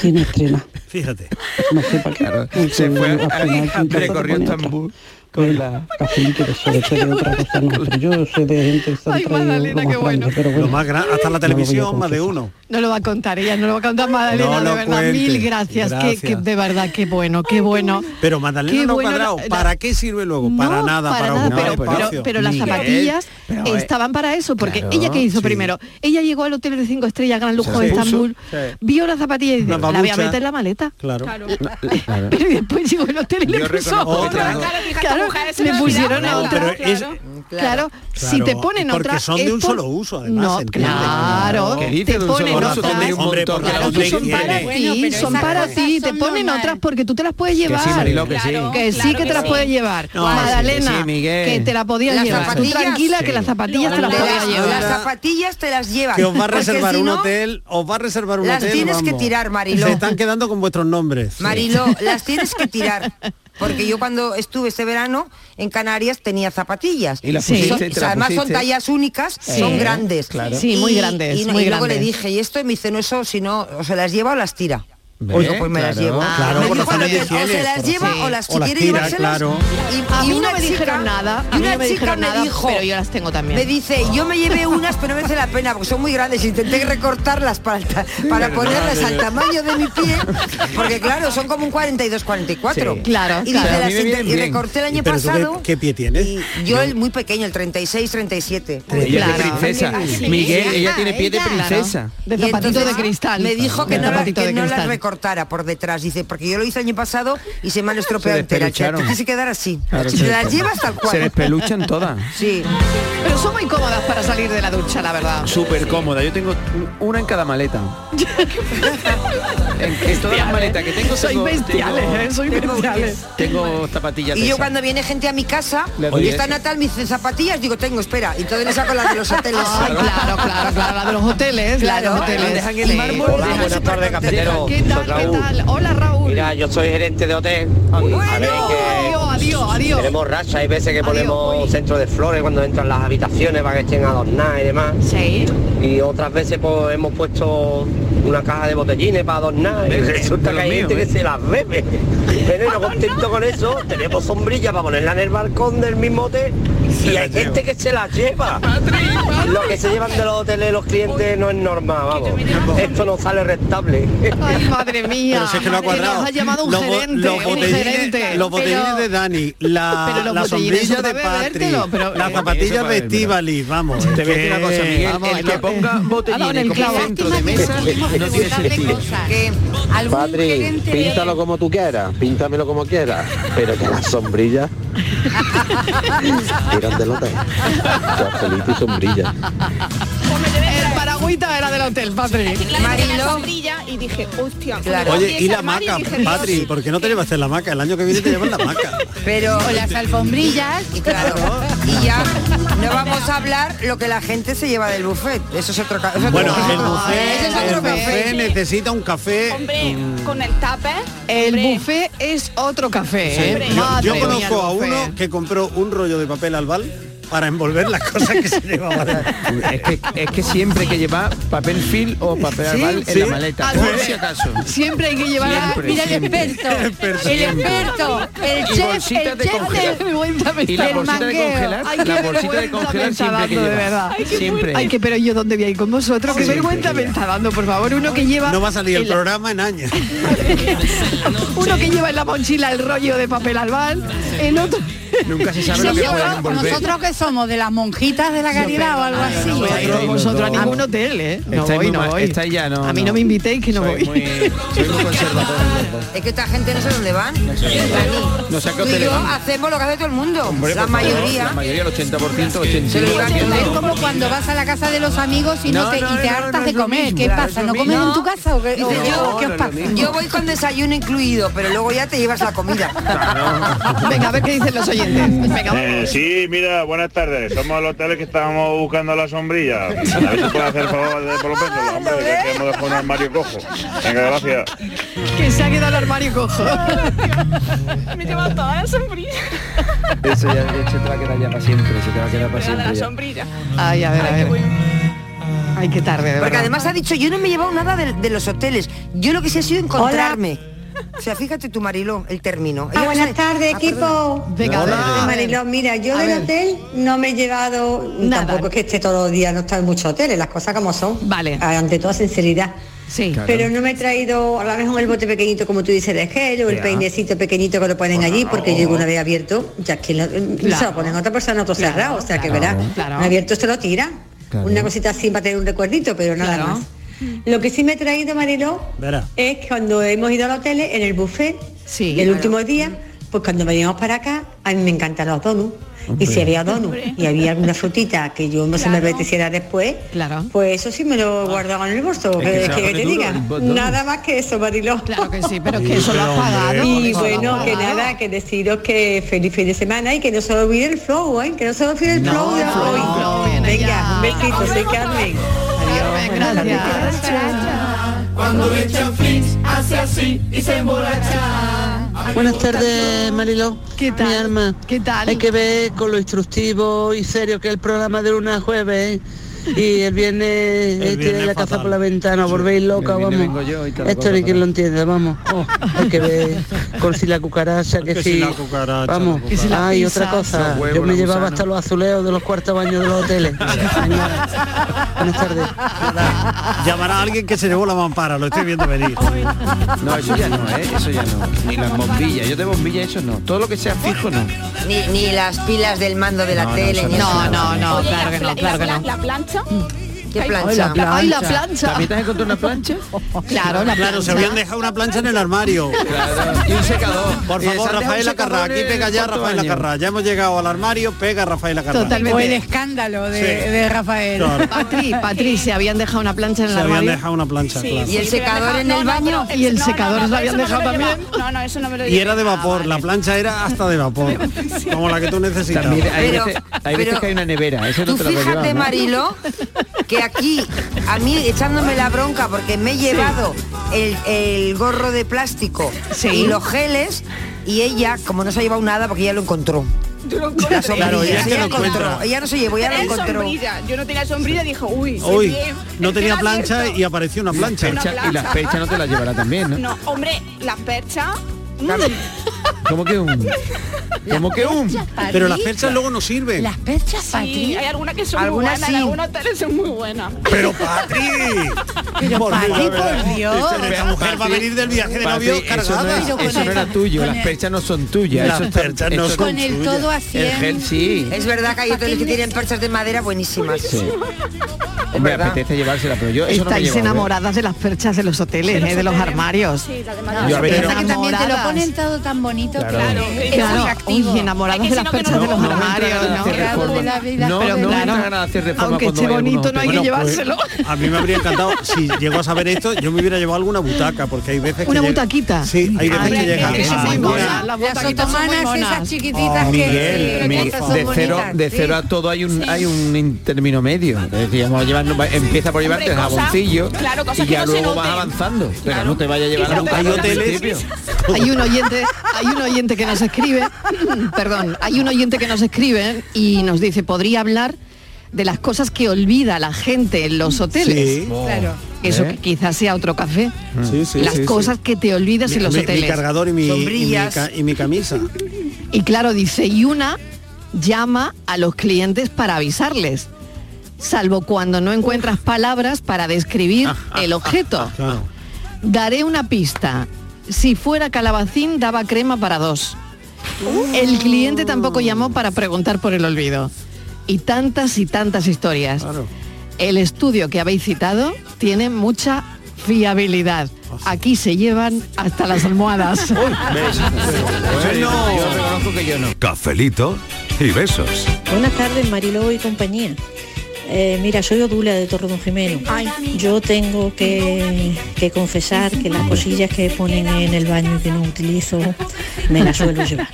Speaker 11: sin estrenar.
Speaker 4: Fíjate.
Speaker 11: No sé para qué.
Speaker 6: Claro,
Speaker 11: Entonces,
Speaker 6: se fue
Speaker 11: al
Speaker 6: a-
Speaker 11: final,
Speaker 6: a-
Speaker 11: un plato
Speaker 6: recorrió
Speaker 11: te pone otra.
Speaker 6: Estambul con
Speaker 11: Pues,
Speaker 6: la-
Speaker 11: casi que te suele ser de otra cosa, no, pero yo sé de gente que se han
Speaker 2: Ay,
Speaker 11: traído
Speaker 2: Magdalena,
Speaker 11: lo más
Speaker 2: qué bueno.
Speaker 11: grande, pero bueno.
Speaker 4: Lo más gran-
Speaker 11: No lo
Speaker 4: hasta la
Speaker 11: voy a
Speaker 4: televisión, más de
Speaker 11: confesar.
Speaker 4: uno.
Speaker 2: No lo va a contar ella, no lo va a contar Madalena,
Speaker 4: No lo
Speaker 2: de verdad.
Speaker 4: cuentes.
Speaker 2: Mil gracias,
Speaker 4: Gracias.
Speaker 2: Que, que de verdad, qué bueno, qué bueno.
Speaker 4: Pero Magdalena
Speaker 2: Qué
Speaker 4: no
Speaker 2: bueno
Speaker 4: cuadrado.
Speaker 2: la- la-
Speaker 4: ¿Para qué sirve luego? para nada,
Speaker 2: para
Speaker 4: para,
Speaker 2: nada,
Speaker 4: ocupar
Speaker 2: pero- pero-
Speaker 4: espacio.
Speaker 2: pero las
Speaker 4: Miguel,
Speaker 2: zapatillas
Speaker 4: pero, eh,
Speaker 2: estaban para eso, porque
Speaker 4: claro,
Speaker 2: ella que hizo
Speaker 4: sí.
Speaker 2: primero, ella llegó al hotel de cinco estrellas, gran lujo
Speaker 4: Se
Speaker 2: de
Speaker 4: puso,
Speaker 2: Estambul,
Speaker 4: sí.
Speaker 2: vio la zapatilla y dice,
Speaker 4: Una
Speaker 2: la voy a
Speaker 4: babucha".
Speaker 2: meter en la maleta.
Speaker 4: Claro.
Speaker 2: Pero después llegó el hotel y le
Speaker 4: Yo
Speaker 2: puso
Speaker 4: reconozco que
Speaker 2: otra.
Speaker 4: tengo- Claro,
Speaker 3: fíjate, mujeres se
Speaker 2: le
Speaker 3: me
Speaker 2: pusieron
Speaker 4: olvidaba
Speaker 2: a
Speaker 4: una,
Speaker 2: otra.
Speaker 4: pero es-
Speaker 2: claro,
Speaker 3: Claro.
Speaker 2: si te ponen
Speaker 4: porque
Speaker 2: otra
Speaker 4: son de
Speaker 2: es
Speaker 4: un
Speaker 2: por-
Speaker 4: solo uso, además,
Speaker 2: No,
Speaker 4: ¿entiendes?
Speaker 2: claro.
Speaker 4: ¿Qué
Speaker 2: te
Speaker 4: dices de un
Speaker 2: ponen
Speaker 4: solo uso?
Speaker 2: otras.
Speaker 4: Donde hay un Hombre, montón porque que la
Speaker 2: Claro,
Speaker 4: otra
Speaker 2: que son para
Speaker 4: higiene.
Speaker 2: ti,
Speaker 4: Bueno, pero
Speaker 2: son
Speaker 4: esas
Speaker 2: para
Speaker 4: cosas
Speaker 2: ti, te ponen otras porque tú te las puedes llevar.
Speaker 6: Mariló, que sí. Claro,
Speaker 2: Que sí,
Speaker 6: claro
Speaker 2: que te
Speaker 6: que
Speaker 2: las
Speaker 6: sí.
Speaker 2: puedes llevar.
Speaker 6: No, sí,
Speaker 2: Magdalena,
Speaker 6: que sí, Miguel.
Speaker 2: que te la podías
Speaker 6: Las
Speaker 2: llevar. Tú
Speaker 6: zapatillas,
Speaker 2: tranquila
Speaker 6: sí.
Speaker 2: que las zapatillas te las
Speaker 7: Te
Speaker 2: podías
Speaker 7: las, las
Speaker 2: llevar.
Speaker 7: zapatillas te las llevas.
Speaker 4: que os va a
Speaker 7: porque
Speaker 4: reservar
Speaker 7: si
Speaker 4: un
Speaker 7: no-
Speaker 4: hotel, os va a reservar un
Speaker 7: las
Speaker 4: hotel.
Speaker 7: tienes que
Speaker 4: vamos.
Speaker 7: tirar, Mariló.
Speaker 4: Se están quedando con vuestros nombres.
Speaker 7: Mariló, las tienes que tirar. Porque yo cuando estuve este verano en Canarias tenía zapatillas.
Speaker 6: Y las
Speaker 7: Son-
Speaker 6: pusiste, te las
Speaker 7: además son
Speaker 6: pusiste.
Speaker 7: tallas únicas,
Speaker 6: Sí,
Speaker 7: son grandes.
Speaker 6: claro. Sí, muy
Speaker 7: Y-
Speaker 6: grandes,
Speaker 7: Y, no-
Speaker 6: muy
Speaker 7: y luego
Speaker 6: grandes.
Speaker 7: le dije, y esto y me dice, no, eso si no, o se las lleva o las tira. Oye, pues me las llevo.
Speaker 4: Claro,
Speaker 7: Me
Speaker 4: por
Speaker 7: dijo,
Speaker 4: razones de
Speaker 7: "O se- o
Speaker 4: higiene,
Speaker 7: se las
Speaker 4: por
Speaker 7: lleva
Speaker 4: razones-
Speaker 7: o las
Speaker 4: o
Speaker 7: que
Speaker 4: las
Speaker 7: quiere
Speaker 4: tira,
Speaker 7: llevárselas.
Speaker 4: claro.
Speaker 2: A
Speaker 7: y
Speaker 2: mí no
Speaker 7: una
Speaker 2: me
Speaker 7: chica-
Speaker 2: dijeron nada, a
Speaker 7: y
Speaker 2: mí
Speaker 7: una
Speaker 2: no me
Speaker 7: chica
Speaker 2: dijeron
Speaker 7: me
Speaker 2: nada,
Speaker 7: dijo-
Speaker 2: pero yo las tengo también.
Speaker 7: Me dice, yo me llevé unas, pero no merece la pena porque son muy grandes. Intenté recortarlas para, el ta- para
Speaker 2: verdad,
Speaker 7: ponerlas
Speaker 2: de
Speaker 7: al
Speaker 2: verdad.
Speaker 7: tamaño de mi pie, porque claro, son como un 42, 44.
Speaker 2: Sí. Claro,
Speaker 7: y
Speaker 2: claro.
Speaker 7: dice,
Speaker 2: A
Speaker 7: las
Speaker 2: mí me vienen
Speaker 7: int- y
Speaker 2: bien.
Speaker 7: recorté el año
Speaker 4: ¿Pero tú qué-
Speaker 7: pasado.
Speaker 4: qué, pie tienes?
Speaker 7: Yo el muy pequeño, el 36, 37.
Speaker 6: Pero ella es de Claro.
Speaker 2: Ah,
Speaker 6: princesa. Miguel, ella tiene pie de
Speaker 7: Ella.
Speaker 6: princesa.
Speaker 2: De
Speaker 7: Y
Speaker 2: zapatito
Speaker 7: entonces
Speaker 2: de cristal.
Speaker 7: Me dijo que,
Speaker 2: De
Speaker 7: no, la-
Speaker 2: zapatito
Speaker 7: que
Speaker 2: de
Speaker 7: no las
Speaker 2: cristal.
Speaker 7: recortara por detrás. Dice, porque yo lo hice el año pasado y se me han estropeado entera.
Speaker 6: despelucharon.
Speaker 7: Te quise quedar así.
Speaker 6: Claro,
Speaker 7: si
Speaker 6: se
Speaker 7: te las
Speaker 6: despeluchan.
Speaker 7: llevas tal cual.
Speaker 6: Se despeluchan todas.
Speaker 7: Sí.
Speaker 2: Pero son muy cómodas para salir de la ducha, la verdad.
Speaker 6: Súper cómoda. Yo tengo una en cada maleta. en, en todas las maletas que tengo,
Speaker 2: Sois
Speaker 6: tengo-
Speaker 2: bestiales,
Speaker 6: tengo-
Speaker 2: ¿eh? Sois
Speaker 6: tengo-
Speaker 2: bestiales.
Speaker 6: Tengo zapatillas.
Speaker 7: Y
Speaker 6: de
Speaker 7: yo
Speaker 6: esas.
Speaker 7: cuando viene gente a mi casa
Speaker 6: Le doy
Speaker 7: y está
Speaker 6: ese.
Speaker 7: Natal, me dice zapatillas, digo, tengo, espera. Y entonces le saco las de los hoteles.
Speaker 2: Ay, claro, claro, claro, la de los hoteles, la de los hoteles.
Speaker 12: dejan el
Speaker 2: Sí.
Speaker 12: mármol. Hola, buenas tardes, cafetero.
Speaker 2: ¿Qué tal,
Speaker 12: Soy
Speaker 2: qué
Speaker 12: Raúl.
Speaker 2: tal? Hola, Raúl.
Speaker 12: Mira, yo soy gerente de hotel. A ver, que
Speaker 2: Adiós, adiós, adiós.
Speaker 12: Tenemos racha, hay veces que ponemos centro de flores cuando entran las habitaciones para que estén adornadas y demás.
Speaker 2: Sí.
Speaker 12: Y otras veces pues, hemos puesto una caja de botellines para adornar y
Speaker 6: Bebe,
Speaker 12: resulta
Speaker 6: de
Speaker 12: que hay
Speaker 6: los
Speaker 12: gente
Speaker 6: míos,
Speaker 12: que se las bebe. Pero no contento con eso, tenemos sombrilla para ponerla en el balcón del mismo hotel y hay gente que se las lleva. Lo que se llevan de los hoteles los clientes no es normal, vamos. Esto no sale rentable.
Speaker 2: Ay, madre mía.
Speaker 4: Pero si es que lo ha
Speaker 2: madre,
Speaker 4: cuadrado.
Speaker 2: Nos ha llamado un
Speaker 4: Los bo-
Speaker 2: gerente.
Speaker 4: los
Speaker 2: un
Speaker 4: botellines-
Speaker 2: gerente.
Speaker 4: los botellines
Speaker 2: Pero-
Speaker 4: de Dani, la,
Speaker 2: pero los
Speaker 4: la
Speaker 2: botellines
Speaker 4: sombrilla
Speaker 2: son
Speaker 4: de
Speaker 2: para
Speaker 4: Patri,
Speaker 2: bebértelo, pero-
Speaker 4: las
Speaker 2: Eh,
Speaker 4: zapatillas
Speaker 6: eso
Speaker 4: de
Speaker 6: para beber.
Speaker 4: Estíbaliz, vamos. Eh,
Speaker 6: Te voy a decir
Speaker 4: que-
Speaker 6: una cosa, Miguel. el que ponga botellines como centro de mesa no tiene sentido.
Speaker 13: Patri, píntalo como tú quieras, píntamelo como quieras, pero que las sombrillas tiran del hotel. Cafelito y sombrilla.
Speaker 2: El paragüita era del hotel, Patri.
Speaker 3: la sombrilla y dije, hostia.
Speaker 4: Oye, y la maca, Patri, ¿por qué no te llevaste la maca? El año que viene te llevas la maca.
Speaker 7: Pero las alfombrillas, y claro. Y ya no vamos a hablar lo que la gente se lleva del buffet. Eso es otro ca- eso es
Speaker 4: Bueno,
Speaker 7: otro-
Speaker 4: el
Speaker 7: Ese es
Speaker 4: buffet, el
Speaker 7: otro
Speaker 4: buffet necesita un café.
Speaker 3: Hombre,
Speaker 6: Mm.
Speaker 3: con el tupper.
Speaker 2: El buffet es otro
Speaker 4: Sí.
Speaker 2: café. ¿eh?
Speaker 4: Yo,
Speaker 2: Madre
Speaker 4: yo
Speaker 2: mía, el
Speaker 4: conozco a
Speaker 2: buffet.
Speaker 4: uno que compró un rollo de papel albal para envolver las cosas que se llevaban.
Speaker 6: Es que, es que siempre hay que llevar papel film o papel
Speaker 4: Sí,
Speaker 6: albal en
Speaker 4: sí.
Speaker 6: la maleta, por si acaso.
Speaker 2: Siempre hay que llevar a-
Speaker 6: Siempre,
Speaker 2: mira el
Speaker 6: siempre.
Speaker 2: experto.
Speaker 6: El experto. Siempre.
Speaker 2: el
Speaker 6: Y
Speaker 2: chef,
Speaker 6: bolsita
Speaker 2: el
Speaker 6: de
Speaker 2: chef
Speaker 6: congelar.
Speaker 2: del- vergüenza me
Speaker 6: Y la
Speaker 2: está-
Speaker 6: bolsita de
Speaker 2: el mangueo.
Speaker 6: congelar,
Speaker 2: Ay,
Speaker 6: la
Speaker 2: qué
Speaker 6: bolsita de
Speaker 2: vergüenza
Speaker 6: congelar
Speaker 2: me está
Speaker 6: siempre hay que
Speaker 2: dando, de
Speaker 6: llevar.
Speaker 2: verdad.
Speaker 6: Ay, qué Siempre.
Speaker 2: Ay, que pero yo dónde voy a ir con vosotros, qué
Speaker 4: Siempre
Speaker 2: vergüenza me está dando, por favor, uno que lleva
Speaker 4: No va a salir el
Speaker 2: en la-
Speaker 4: programa en años.
Speaker 2: uno que lleva en la mochila el rollo de papel albal, el otro
Speaker 6: Nunca se sabe lo
Speaker 5: Sí,
Speaker 6: que
Speaker 5: yo,
Speaker 6: pueden envolver.
Speaker 5: nosotros que somos de las monjitas de la caridad o algo así.
Speaker 2: vosotros, vosotros a ningún hotel, ¿eh? No
Speaker 6: Estáis
Speaker 2: voy,
Speaker 6: muy
Speaker 2: no
Speaker 6: mal-
Speaker 2: voy.
Speaker 6: estáis ya, no,
Speaker 2: a mí no
Speaker 6: no.
Speaker 2: me invitéis que no voy.
Speaker 7: Es que esta gente no sé dónde van. Dani,
Speaker 6: No sé a qué
Speaker 7: Tú y
Speaker 6: hotel
Speaker 7: yo
Speaker 6: van.
Speaker 7: hacemos lo que hace todo el mundo.
Speaker 6: Hombre,
Speaker 7: la
Speaker 6: por favor,
Speaker 7: mayoría.
Speaker 6: La mayoría, el 80%, 85%.
Speaker 7: Se lo llevan
Speaker 5: Es como cuando vas a la casa de los amigos y no,
Speaker 6: No,
Speaker 5: te,
Speaker 6: no,
Speaker 5: y te
Speaker 6: no,
Speaker 5: hartas
Speaker 6: no, no
Speaker 5: de
Speaker 6: es lo
Speaker 5: comer.
Speaker 6: mismo.
Speaker 5: ¿Qué
Speaker 6: Claro,
Speaker 5: pasa?
Speaker 6: es
Speaker 5: ¿No
Speaker 6: lo
Speaker 5: comen
Speaker 6: mismo.
Speaker 5: en tu casa o qué,
Speaker 7: Dice,
Speaker 5: o-
Speaker 7: yo,
Speaker 5: o qué os pasa?
Speaker 7: yo voy con desayuno incluido, pero luego ya te llevas la comida.
Speaker 2: Venga, a ver qué dicen los
Speaker 6: Mm.
Speaker 2: oyentes. Venga,
Speaker 14: Eh, sí, mira, buenas tardes. Somos los hoteles que estábamos buscando la sombrilla. A ver si puede hacer el favor de por lo menos, hombre, que hemos dejado un armario cojo. Venga, gracias.
Speaker 2: que se ha quedado el armario cojo.
Speaker 3: Me lleva toda la sombrilla.
Speaker 6: Eso ya, de hecho, te va a quedar ya para siempre. Se te va a quedar para
Speaker 3: La de la
Speaker 6: Pues siempre. ya.
Speaker 3: sombrilla.
Speaker 2: Ay, a ver, a ver. Ay, qué tarde, de
Speaker 7: Porque
Speaker 2: verdad.
Speaker 7: además ha dicho, yo no me he llevado nada de, de los hoteles. Yo lo que sí ha sido encontrarme. O sea, fíjate tu Mariló, el término.
Speaker 15: Ah, buenas tardes, equipo.
Speaker 7: Venga, Hola. a ver.
Speaker 15: Mariló, mira, yo
Speaker 7: A
Speaker 15: del
Speaker 7: ver.
Speaker 15: hotel no me he llevado, tampoco es que esté todos los días, no está en muchos hoteles, las cosas como son. Vale. Ante toda sinceridad.
Speaker 2: Sí.
Speaker 16: Claro.
Speaker 15: Pero no me he traído, a lo mejor el bote pequeñito, como tú dices, de gel, o el
Speaker 16: Ya.
Speaker 15: peinecito pequeñito que lo ponen allí, porque yo una vez abierto, ya que lo, se lo ponen a otra persona, a otro
Speaker 2: Claro,
Speaker 15: cerrado, o sea que
Speaker 2: claro.
Speaker 15: verá,
Speaker 2: Claro.
Speaker 15: abierto se lo tira.
Speaker 2: Claro.
Speaker 15: Una cosita así para tener un recuerdito, pero nada
Speaker 2: Claro.
Speaker 15: más. Lo que sí me he traído, Mariló,
Speaker 4: Verá.
Speaker 15: es que cuando hemos ido al hotel en el buffet y el
Speaker 2: claro.
Speaker 15: último día pues cuando veníamos para acá a mí me encantan los donuts
Speaker 2: Hombre.
Speaker 15: y si había donuts y había alguna frutita que yo no se me
Speaker 2: Claro.
Speaker 15: apeteciera después
Speaker 2: Claro.
Speaker 15: pues eso sí me lo guardaba en el bolso
Speaker 2: Es
Speaker 15: Eh,
Speaker 2: que
Speaker 15: que,
Speaker 2: se
Speaker 15: que
Speaker 2: pone
Speaker 15: te
Speaker 2: duro
Speaker 15: diga
Speaker 2: el bo- donut.
Speaker 15: nada más que eso Mariló
Speaker 2: claro que sí pero es que eso lo has
Speaker 15: ha
Speaker 2: pagado
Speaker 15: y
Speaker 2: eso lo has
Speaker 15: bueno que
Speaker 2: pagado.
Speaker 15: nada que deciros que feliz fin de semana y que no se olvide el flow ¿eh? que no se olvide el flow de hoy venga un besito soy Carmen adiós
Speaker 8: Cuando echan flips, hace así y se emborracha.
Speaker 16: Buenas tardes, Mariló. ¿Qué tal? Mi alma.
Speaker 2: ¿Qué tal?
Speaker 16: Hay que ver con lo instructivo y serio que el programa de una jueves ¿eh? y el viernes, eh, tiene la caza por la ventana, volvéis loca,
Speaker 6: El viernes
Speaker 16: vamos.
Speaker 6: vengo yo y tal
Speaker 16: Esto
Speaker 6: cosa,
Speaker 16: ni quien lo entiende, vamos. Oh, hay que ver con si la cucaracha, que,
Speaker 6: Que si
Speaker 16: si...
Speaker 6: la cucaracha,
Speaker 16: vamos.
Speaker 6: la Que si la
Speaker 16: Ay,
Speaker 6: pizza.
Speaker 16: otra cosa.
Speaker 6: Los huevos,
Speaker 16: Yo me
Speaker 6: la
Speaker 16: llevaba
Speaker 6: gusana.
Speaker 16: hasta los azuleos de los cuartos baños de los hoteles. Buenas tardes.
Speaker 4: Llamará a alguien que se llevó la mampara, lo estoy viendo venir.
Speaker 6: No, eso ya no, ¿eh? Eso ya no. Ni las bombillas. Yo de bombilla eso no. Todo lo que sea fijo no.
Speaker 7: Ni, ni las pilas del mando de la
Speaker 6: No, no,
Speaker 7: tele.
Speaker 6: eso
Speaker 7: ni
Speaker 6: no
Speaker 7: eso.
Speaker 6: se No, no,
Speaker 2: Oye, claro la que no, pla- claro la- que no.
Speaker 3: La plancha.
Speaker 7: ¿Qué plancha?
Speaker 2: Ay, la plancha.
Speaker 6: ¿También te has encontrado una plancha?
Speaker 2: Claro, la
Speaker 4: Claro, se
Speaker 2: plancha.
Speaker 4: habían dejado una plancha en el armario.
Speaker 6: Claro, y un secador.
Speaker 4: Por
Speaker 6: Y se
Speaker 4: favor,
Speaker 6: han dejado un
Speaker 4: Rafael
Speaker 6: secador
Speaker 4: Acarra, aquí
Speaker 6: en
Speaker 4: pega ya
Speaker 6: cuarto
Speaker 4: Rafael
Speaker 6: baño.
Speaker 4: Acarra. Ya hemos llegado al armario, pega Rafael Acarra.
Speaker 2: Totalmente.
Speaker 5: O el escándalo de,
Speaker 4: Sí.
Speaker 5: de Rafael.
Speaker 4: Claro.
Speaker 2: Patri, Patri, se habían dejado una plancha en el
Speaker 4: Se habían
Speaker 2: armario.
Speaker 4: dejado una plancha,
Speaker 5: Sí,
Speaker 4: claro.
Speaker 5: sí, pero dejaba- no, no, pero
Speaker 2: y el
Speaker 5: no, no,
Speaker 2: secador
Speaker 5: no,
Speaker 2: lo habían
Speaker 5: eso no me
Speaker 2: dejado
Speaker 5: lo
Speaker 2: también.
Speaker 5: llevaba. No, no, eso no me lo
Speaker 4: Y era de vapor, la plancha era hasta de vapor, como la que tú necesitas.
Speaker 6: También hay
Speaker 7: Pero-
Speaker 6: veces, hay veces
Speaker 7: pero-
Speaker 6: que hay una nevera. Eso no
Speaker 7: Tú
Speaker 6: te lo puedes llevar,
Speaker 7: fíjate,
Speaker 6: ¿no?
Speaker 7: Marilo, que aquí, a mí echándome la bronca porque me he llevado el, el gorro de plástico
Speaker 2: Sí.
Speaker 7: y los geles y ella, como no se ha llevado nada porque ya lo encontró. Las
Speaker 4: Claro, ella
Speaker 7: sombrillas,
Speaker 4: es que
Speaker 7: ella
Speaker 4: lo
Speaker 7: encontró.
Speaker 4: encuentra.
Speaker 7: Ella no se llevó, ya lo
Speaker 3: Tenía
Speaker 7: encontró.
Speaker 3: sombrilla. Yo no tenía sombrilla, dije, uy, se
Speaker 4: Hoy
Speaker 3: ve-
Speaker 4: no
Speaker 3: es que
Speaker 4: tenía
Speaker 3: la
Speaker 4: plancha
Speaker 3: abierto.
Speaker 4: y apareció una plancha.
Speaker 3: Una plancha.
Speaker 6: Y las pechas no te las llevará también, ¿no?
Speaker 3: No, hombre, las perchas. mm,
Speaker 6: ¿Cómo que un? ¿Cómo que un?
Speaker 4: Pero las perchas luego no sirven.
Speaker 5: perchas,
Speaker 3: Sí, hay algunas que son
Speaker 4: Algunas
Speaker 3: muy buenas,
Speaker 4: sí.
Speaker 3: en algunos hoteles son muy buenas.
Speaker 4: Pero Patri.
Speaker 5: Pero Patri,
Speaker 4: Dios,
Speaker 5: por
Speaker 4: ¿verdad?
Speaker 5: Dios.
Speaker 4: Esta- Esta mujer va a
Speaker 6: Patri,
Speaker 4: venir del viaje de
Speaker 6: Patri,
Speaker 4: novios
Speaker 6: Eso no,
Speaker 4: cargada.
Speaker 6: es- eso no era tuyo, las perchas no son tuyas.
Speaker 4: Las
Speaker 6: eso está-
Speaker 4: perchas no
Speaker 6: eso
Speaker 4: son
Speaker 6: está-
Speaker 7: Con el
Speaker 6: tuyas.
Speaker 7: todo a cien.
Speaker 6: El gel sí.
Speaker 7: Es verdad que hay hoteles que tienen perchas de madera buenísimas.
Speaker 6: Sí. Hombre,
Speaker 7: ¿Verdad?
Speaker 6: apetece llevársela, pero yo eso no me
Speaker 2: Estáis
Speaker 6: llevo.
Speaker 2: enamoradas de las perchas de los hoteles, eh, de los armarios.
Speaker 6: Yo a veces-
Speaker 5: Piensa que también te lo
Speaker 2: Enamoradas.
Speaker 5: ponen todo tan bonito
Speaker 6: Claro.
Speaker 5: claro.
Speaker 6: Claro.
Speaker 5: es
Speaker 2: Claro,
Speaker 5: atractivo.
Speaker 2: oye, enamorados de las perchas de los
Speaker 6: no me entra
Speaker 2: armarios,
Speaker 6: nada
Speaker 2: ¿no?
Speaker 6: hacer reforma.
Speaker 5: de la vida.
Speaker 6: No, no
Speaker 2: Pero
Speaker 6: me
Speaker 2: claro,
Speaker 6: entra nada hacer reforma
Speaker 2: aunque
Speaker 6: cuando
Speaker 2: esté
Speaker 6: vaya a un
Speaker 2: bonito, no hay que
Speaker 6: hotel.
Speaker 4: Bueno, pues,
Speaker 2: llevárselo.
Speaker 4: a mí me habría encantado, si llego a saber esto, yo me hubiera llevado alguna butaca, porque hay veces que
Speaker 2: Una
Speaker 4: llega-
Speaker 2: butaquita.
Speaker 4: Sí, hay veces
Speaker 2: Ay,
Speaker 4: que llega.
Speaker 2: que son
Speaker 4: Ah,
Speaker 2: muy
Speaker 4: bueno.
Speaker 2: monas, las
Speaker 5: Las
Speaker 2: botaquitas son muy
Speaker 5: otomanas esas
Speaker 2: monas.
Speaker 4: Oh,
Speaker 5: chiquititas que-
Speaker 6: Miguel,
Speaker 5: que
Speaker 6: Miguel,
Speaker 5: esas son
Speaker 6: de cero,
Speaker 5: bonitas,
Speaker 6: de
Speaker 5: sí.
Speaker 6: cero a todo hay un hay un in- término medio. Es decir, vamos a llevarnos- va- empieza por llevarte el
Speaker 3: Hombre, cosas-
Speaker 6: jaboncillo
Speaker 3: claro, cosas
Speaker 6: y
Speaker 3: que
Speaker 6: ya
Speaker 3: no se
Speaker 6: luego vas
Speaker 3: noten.
Speaker 6: avanzando. Pero no te vayas a llevar
Speaker 3: Quizás
Speaker 6: nunca
Speaker 3: te
Speaker 6: al
Speaker 3: vayas a notar.
Speaker 6: principio.
Speaker 2: Hay un oyente, hay un oyente que nos escribe, perdón, hay un oyente que nos escribe y nos dice, podría hablar de las cosas que olvida la gente en los hoteles.
Speaker 4: Sí. Claro.
Speaker 2: Eso
Speaker 4: ¿Eh?
Speaker 2: que quizás sea otro café.
Speaker 4: Sí, sí,
Speaker 2: las
Speaker 4: sí, sí.
Speaker 2: cosas que te olvidas
Speaker 4: Mi-
Speaker 2: en los
Speaker 4: mi-
Speaker 2: hoteles.
Speaker 4: Mi cargador y mi, y mi
Speaker 2: Sombrillas.
Speaker 4: ca- y mi camisa.
Speaker 2: Y claro, dice, y una llama a los clientes para avisarles, salvo cuando no encuentras palabras para describir
Speaker 4: Ah,
Speaker 2: el objeto.
Speaker 4: Claro.
Speaker 2: Daré una pista. Si fuera calabacín, daba crema para dos. El cliente tampoco llamó para preguntar por el olvido. Y tantas y tantas historias. El estudio que habéis citado tiene mucha fiabilidad. Aquí se llevan hasta las almohadas.
Speaker 6: Bueno, yo reconozco que yo no.
Speaker 17: Cafelito y besos.
Speaker 18: Buenas tardes, Mariló y compañía. Eh, mira, soy Odula de Torredonjimeno. Yo tengo que, que confesar que las cosillas que ponen en el baño y que no utilizo me las suelo llevar.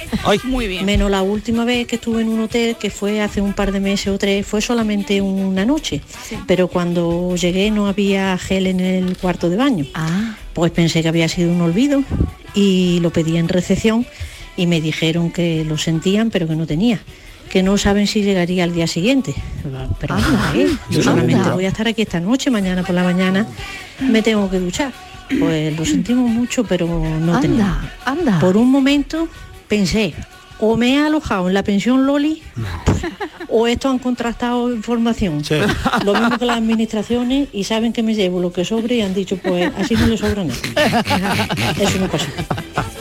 Speaker 3: Muy bien.
Speaker 18: Menos la última vez que estuve en un hotel, que fue hace un par de meses o tres, fue solamente una noche. Pero cuando llegué no había gel en el cuarto de baño.
Speaker 3: Ah.
Speaker 18: Pues pensé que había sido un olvido y lo pedí en recepción y me dijeron que lo sentían pero que no tenía. Que no saben si llegaría al día siguiente. Pero
Speaker 15: Ah,
Speaker 18: vamos a ver, yo
Speaker 6: Anda.
Speaker 18: solamente voy a estar aquí esta noche, mañana por la mañana me tengo que duchar. Pues lo sentimos mucho, pero no
Speaker 2: Anda,
Speaker 18: tenemos. Por un momento pensé, o me he alojado en la pensión Loli, o esto han contrastado información. Lo mismo que las administraciones y saben que me llevo lo que sobre y han dicho, pues así no le sobra nada. Eso no pasa.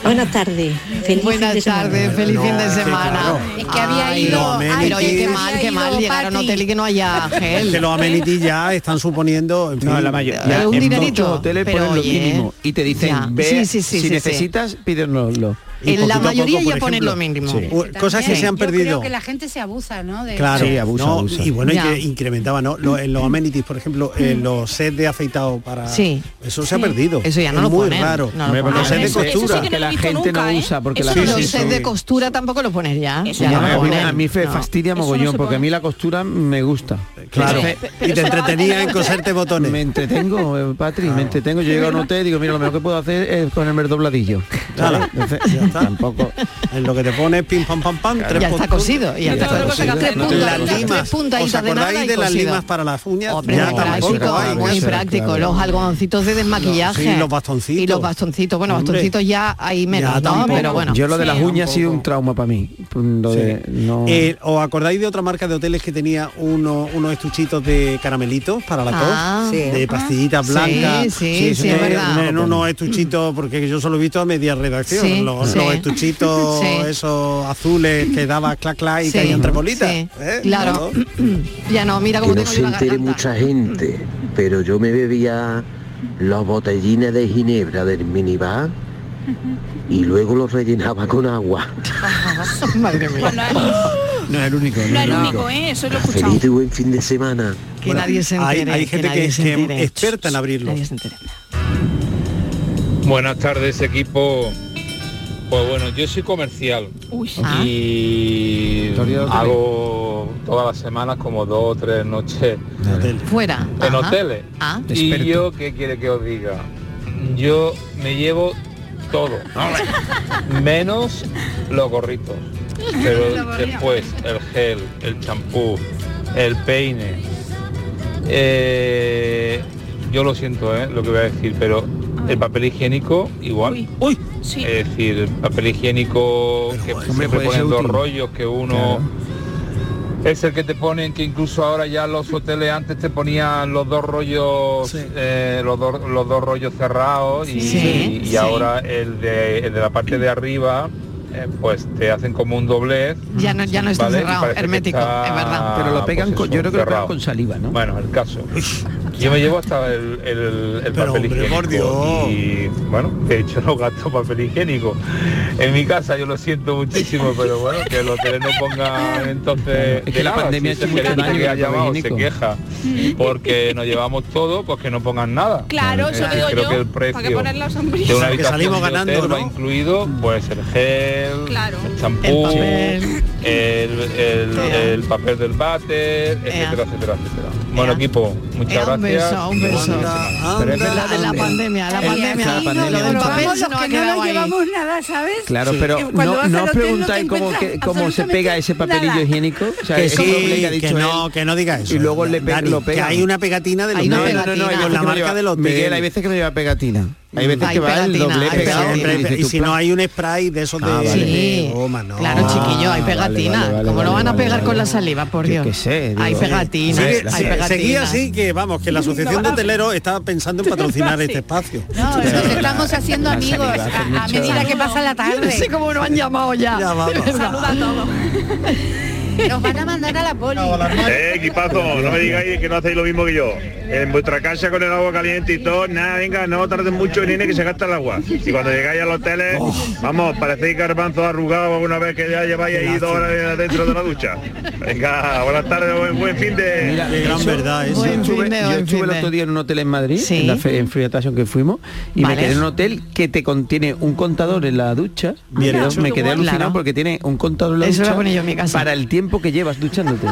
Speaker 18: Buenas tardes. Feliz
Speaker 2: Buenas tardes, feliz fin de semana.
Speaker 5: Es que había
Speaker 2: Ay,
Speaker 5: ido-
Speaker 2: Ay,
Speaker 4: amenities.
Speaker 2: pero oye, qué mal, qué
Speaker 5: Había
Speaker 2: mal
Speaker 5: ido
Speaker 2: llegar a un hotel y que no haya
Speaker 4: Es
Speaker 2: gel.
Speaker 4: que los amenities ya están suponiendo en
Speaker 6: No, la mayoría.
Speaker 4: ya,
Speaker 6: en
Speaker 4: en
Speaker 6: muchos
Speaker 4: mucho
Speaker 6: hoteles
Speaker 4: pero
Speaker 6: ponen lo
Speaker 4: oye,
Speaker 6: mínimo y te dicen,
Speaker 4: ya.
Speaker 6: ve,
Speaker 4: Sí, sí, sí,
Speaker 6: si
Speaker 4: sí, sí.
Speaker 6: necesitas, pídenoslo.
Speaker 4: Y En la poquito a poco, mayoría por ya ponen ejemplo. lo mínimo. Sí. U- cosas que se han
Speaker 5: Yo creo
Speaker 4: perdido.
Speaker 5: que la gente se abusa, ¿no? De-
Speaker 4: Claro, no, y bueno, y
Speaker 5: Ya.
Speaker 4: que incrementaba, ¿no? Lo- en los amenities, por ejemplo, en los sets de afeitado para...
Speaker 2: Mm. Sí.
Speaker 4: Eso se ha
Speaker 2: Sí.
Speaker 4: perdido.
Speaker 2: Eso ya no
Speaker 4: es
Speaker 2: lo
Speaker 4: muy
Speaker 2: ponen,
Speaker 4: raro.
Speaker 2: no lo Hombre, ponen.
Speaker 4: los sets de
Speaker 2: Eso- eso sí que
Speaker 4: costura.
Speaker 2: no lo he visto nunca, ¿eh? Eso
Speaker 4: Sí,
Speaker 2: los
Speaker 4: sí,
Speaker 2: sets
Speaker 4: sí.
Speaker 2: de costura tampoco lo pones ya. ya no
Speaker 6: a,
Speaker 2: lo
Speaker 6: mí,
Speaker 2: ponen.
Speaker 6: a mí me
Speaker 2: No.
Speaker 6: fastidia mogollón porque a mí la costura me gusta.
Speaker 4: Claro. Y te entretenía en coserte botones. Ah.
Speaker 6: Me entretengo, eh, Patri, me entretengo. Yo llego a un hotel y digo, mira, lo mejor que puedo hacer es ponerme el dobladillo. ¿Sabes? Entonces, Tampoco.
Speaker 4: En lo que te pones pim pam pam pam, tres
Speaker 2: Ya está
Speaker 4: puntos.
Speaker 2: cosido, ya está
Speaker 4: Tres
Speaker 2: cosido.
Speaker 4: puntas,
Speaker 2: Tres puntas,
Speaker 4: las
Speaker 2: tres
Speaker 4: limas.
Speaker 2: puntas,
Speaker 4: ¿Os
Speaker 2: hita de nada
Speaker 4: acordáis
Speaker 2: y
Speaker 4: de las
Speaker 2: cosido.
Speaker 4: limas para las uñas?
Speaker 2: Hombre, muy práctico, muy práctico. Los algodoncitos de desmaquillaje.
Speaker 6: Sí, los bastoncitos.
Speaker 2: Y los bastoncitos. Bueno,
Speaker 6: Hombre.
Speaker 2: bastoncitos ya hay menos, ¿no? Pero bueno.
Speaker 6: Yo lo de las
Speaker 2: Sí.
Speaker 6: uñas ha sido un trauma para mí. Lo de, no...
Speaker 4: Eh, ¿Os acordáis de otra marca de hoteles que tenía uno- unos estuchitos de caramelitos para la tos?
Speaker 2: Ah. Sí.
Speaker 4: De pastillitas
Speaker 2: Sí,
Speaker 4: blancas.
Speaker 2: sí,
Speaker 4: eso
Speaker 2: sí, es
Speaker 4: tiene-
Speaker 2: verdad.
Speaker 4: tienen unos estuchitos, porque yo solo he visto a media redacción,
Speaker 2: Sí,
Speaker 4: los,
Speaker 2: sí.
Speaker 4: los estuchitos
Speaker 2: Sí.
Speaker 4: esos azules que daba clac clac y
Speaker 2: Sí,
Speaker 4: caían tres bolitas.
Speaker 2: sí.
Speaker 4: ¿eh?
Speaker 2: Claro. Ya no, mira
Speaker 19: que
Speaker 2: cómo
Speaker 19: no
Speaker 2: tengo
Speaker 19: se
Speaker 2: yo la
Speaker 19: entere
Speaker 2: garganta.
Speaker 19: mucha gente, pero yo me bebía los botellines de ginebra del minibar y luego los rellenaba con agua.
Speaker 2: Madre mía.
Speaker 6: No es el único.
Speaker 3: No es el único, ¿eh? Eso lo he escuchado.
Speaker 19: Feliz y buen fin de semana.
Speaker 2: Que nadie se
Speaker 4: hay-
Speaker 2: entere.
Speaker 4: hay gente
Speaker 2: nadie
Speaker 4: que-
Speaker 2: se
Speaker 4: que
Speaker 2: entere.
Speaker 4: experta en abrirlo.
Speaker 2: Nadie se entere.
Speaker 20: Buenas tardes equipo. Pues bueno, yo soy comercial
Speaker 2: Uy. ¿ah?
Speaker 20: y hago todas las semanas como dos o tres noches
Speaker 2: Fuera.
Speaker 20: en
Speaker 2: Ajá.
Speaker 20: hoteles.
Speaker 2: Ah.
Speaker 20: Y
Speaker 2: Experto.
Speaker 20: yo, ¿qué quiere que os diga? Yo me llevo todo, menos los gorritos.
Speaker 21: Los
Speaker 20: Pero
Speaker 21: gorritos.
Speaker 20: después el gel, el champú, el peine. Eh, yo lo siento, ¿eh? lo que voy a decir, pero el papel higiénico igual.
Speaker 3: Uy, sí.
Speaker 20: Es decir, el papel higiénico que siempre
Speaker 6: puede ser
Speaker 20: ponen dos
Speaker 6: útil.
Speaker 20: rollos que uno es el que te ponen que incluso ahora ya los hoteles antes te ponían los dos rollos eh, los, dos- los dos rollos cerrados y,
Speaker 22: Sí.
Speaker 20: y
Speaker 22: Sí.
Speaker 20: ahora el de, el de la parte de arriba eh, pues te hacen como un doblez
Speaker 2: Ya no, ya no está
Speaker 20: ¿vale? Y
Speaker 2: cerrado,
Speaker 20: parece que
Speaker 2: hermético,
Speaker 20: está,
Speaker 2: es verdad.
Speaker 6: Pero lo pegan
Speaker 20: pues
Speaker 6: con- yo
Speaker 20: eso,
Speaker 6: creo que lo pegan
Speaker 20: cerrado.
Speaker 6: con saliva, ¿no?
Speaker 20: Bueno, el caso. Yo me llevo hasta el, el, el papel higiénico. Y bueno, de hecho no gasto papel higiénico. En mi casa yo lo siento muchísimo, pero bueno, que los hoteles no pongan entonces.
Speaker 6: Es que
Speaker 20: de
Speaker 6: la
Speaker 20: nada.
Speaker 6: pandemia
Speaker 20: Si
Speaker 6: ha hecho
Speaker 20: ese
Speaker 6: mucho
Speaker 20: gerente
Speaker 6: daño
Speaker 20: que ha
Speaker 6: al papel
Speaker 20: llamado se
Speaker 6: higiénico.
Speaker 20: queja porque nos llevamos todo, pues que no pongan nada.
Speaker 3: Mm. Claro, eso
Speaker 20: Eh,
Speaker 3: digo
Speaker 20: creo
Speaker 3: yo,
Speaker 20: que el
Speaker 3: ¿para qué
Speaker 20: precio
Speaker 3: poner la sombrilla?
Speaker 20: de
Speaker 3: O
Speaker 20: una
Speaker 3: sea, que
Speaker 20: habitación
Speaker 3: salimos
Speaker 20: de hotel
Speaker 3: ganando,
Speaker 20: va incluido pues el gel, el champú,
Speaker 3: el
Speaker 20: el, el- el papel del váter, etcétera, etcétera, etcétera. Bueno equipo, muchas
Speaker 2: Ea, Eh, un
Speaker 20: gracias.
Speaker 2: beso, un beso.
Speaker 20: Pero es verdad,
Speaker 2: La pandemia, la pandemia. Lo del papel
Speaker 5: Vamos,
Speaker 2: se
Speaker 5: los
Speaker 2: nos
Speaker 5: que
Speaker 2: ha
Speaker 5: no
Speaker 2: quedado
Speaker 5: nos
Speaker 2: ahí.
Speaker 5: llevamos nada, ¿sabes?
Speaker 6: Claro,
Speaker 5: Sí.
Speaker 6: pero
Speaker 5: Y cuando
Speaker 6: no,
Speaker 5: vas
Speaker 6: no
Speaker 5: al
Speaker 6: os
Speaker 5: hotel
Speaker 6: preguntáis
Speaker 5: te
Speaker 6: cómo,
Speaker 5: encuentras
Speaker 6: que- cómo se pega ese papelillo
Speaker 5: nada.
Speaker 6: higiénico. O sea,
Speaker 4: Que
Speaker 6: eso
Speaker 4: sí,
Speaker 6: es doble ha
Speaker 4: que
Speaker 6: dicho ¿eh?
Speaker 4: no,
Speaker 6: él.
Speaker 4: que no diga eso.
Speaker 6: Y luego le pe-
Speaker 4: Dani,
Speaker 6: lo
Speaker 4: que
Speaker 6: pegan.
Speaker 4: hay una pegatina de los
Speaker 6: Hay una
Speaker 4: medios.
Speaker 6: pegatina.
Speaker 4: Con
Speaker 6: hay veces
Speaker 4: la
Speaker 6: que no
Speaker 4: marca
Speaker 6: lleva-
Speaker 4: del hotel. Mm.
Speaker 6: Miguel, hay veces que no lleva pegatina. Hay veces
Speaker 4: Hay
Speaker 6: que va el
Speaker 4: pegatina,
Speaker 6: doble
Speaker 4: hay
Speaker 6: pegado.
Speaker 4: pegatina.
Speaker 6: dices
Speaker 4: Y
Speaker 6: tú,
Speaker 4: si no hay un spray de esos de,
Speaker 6: Ah, vale.
Speaker 4: de goma, no.
Speaker 2: Claro, chiquillo, hay pegatina.
Speaker 6: Ah, vale, vale,
Speaker 2: ¿Cómo lo
Speaker 6: vale,
Speaker 2: van a
Speaker 6: vale,
Speaker 2: pegar
Speaker 6: vale.
Speaker 2: con la saliva, por
Speaker 6: Yo
Speaker 2: Dios?
Speaker 6: qué sé,
Speaker 2: hay
Speaker 6: digo.
Speaker 2: pegatinas,
Speaker 4: Sigue- se-
Speaker 2: hay
Speaker 4: seguía
Speaker 2: pegatinas.
Speaker 4: así que vamos, que la Asociación de Hoteleros está pensando en patrocinar
Speaker 2: Sí.
Speaker 4: este espacio.
Speaker 5: No, nos estamos haciendo
Speaker 4: La
Speaker 5: amigos
Speaker 4: saliva hace
Speaker 5: a, a
Speaker 4: mucho
Speaker 5: medida
Speaker 4: daño.
Speaker 5: que pasa la tarde.
Speaker 2: Yo no sé cómo nos han llamado ya.
Speaker 4: Ya vamos.
Speaker 5: Saluda a todos. Nos van a mandar a la poli.
Speaker 14: Eh, equipazo, no me digáis que no hacéis lo mismo que yo. En vuestra casa con el agua caliente y todo, nada, venga, no tarden mucho en ir, que se gasta el agua. Y cuando llegáis a los hoteles, vamos, parecéis garbanzos arrugados una vez que ya lleváis ahí dos horas dentro de la ducha. Venga, buenas tardes, buen, buen fin de...
Speaker 6: eso- Yo estuve, yo estuve el otro día en un hotel en Madrid, en la fe- en Free Attraction que fuimos, y
Speaker 2: Vale.
Speaker 6: me quedé en un hotel que te contiene un contador en la ducha.
Speaker 2: Bien
Speaker 6: Me quedé-
Speaker 2: hecho.
Speaker 6: me quedé
Speaker 2: Claro.
Speaker 6: alucinado porque tiene un contador en la
Speaker 2: Eso lo
Speaker 6: ducha
Speaker 2: voy a poner yo en mi casa.
Speaker 6: para el tiempo que llevas duchándote.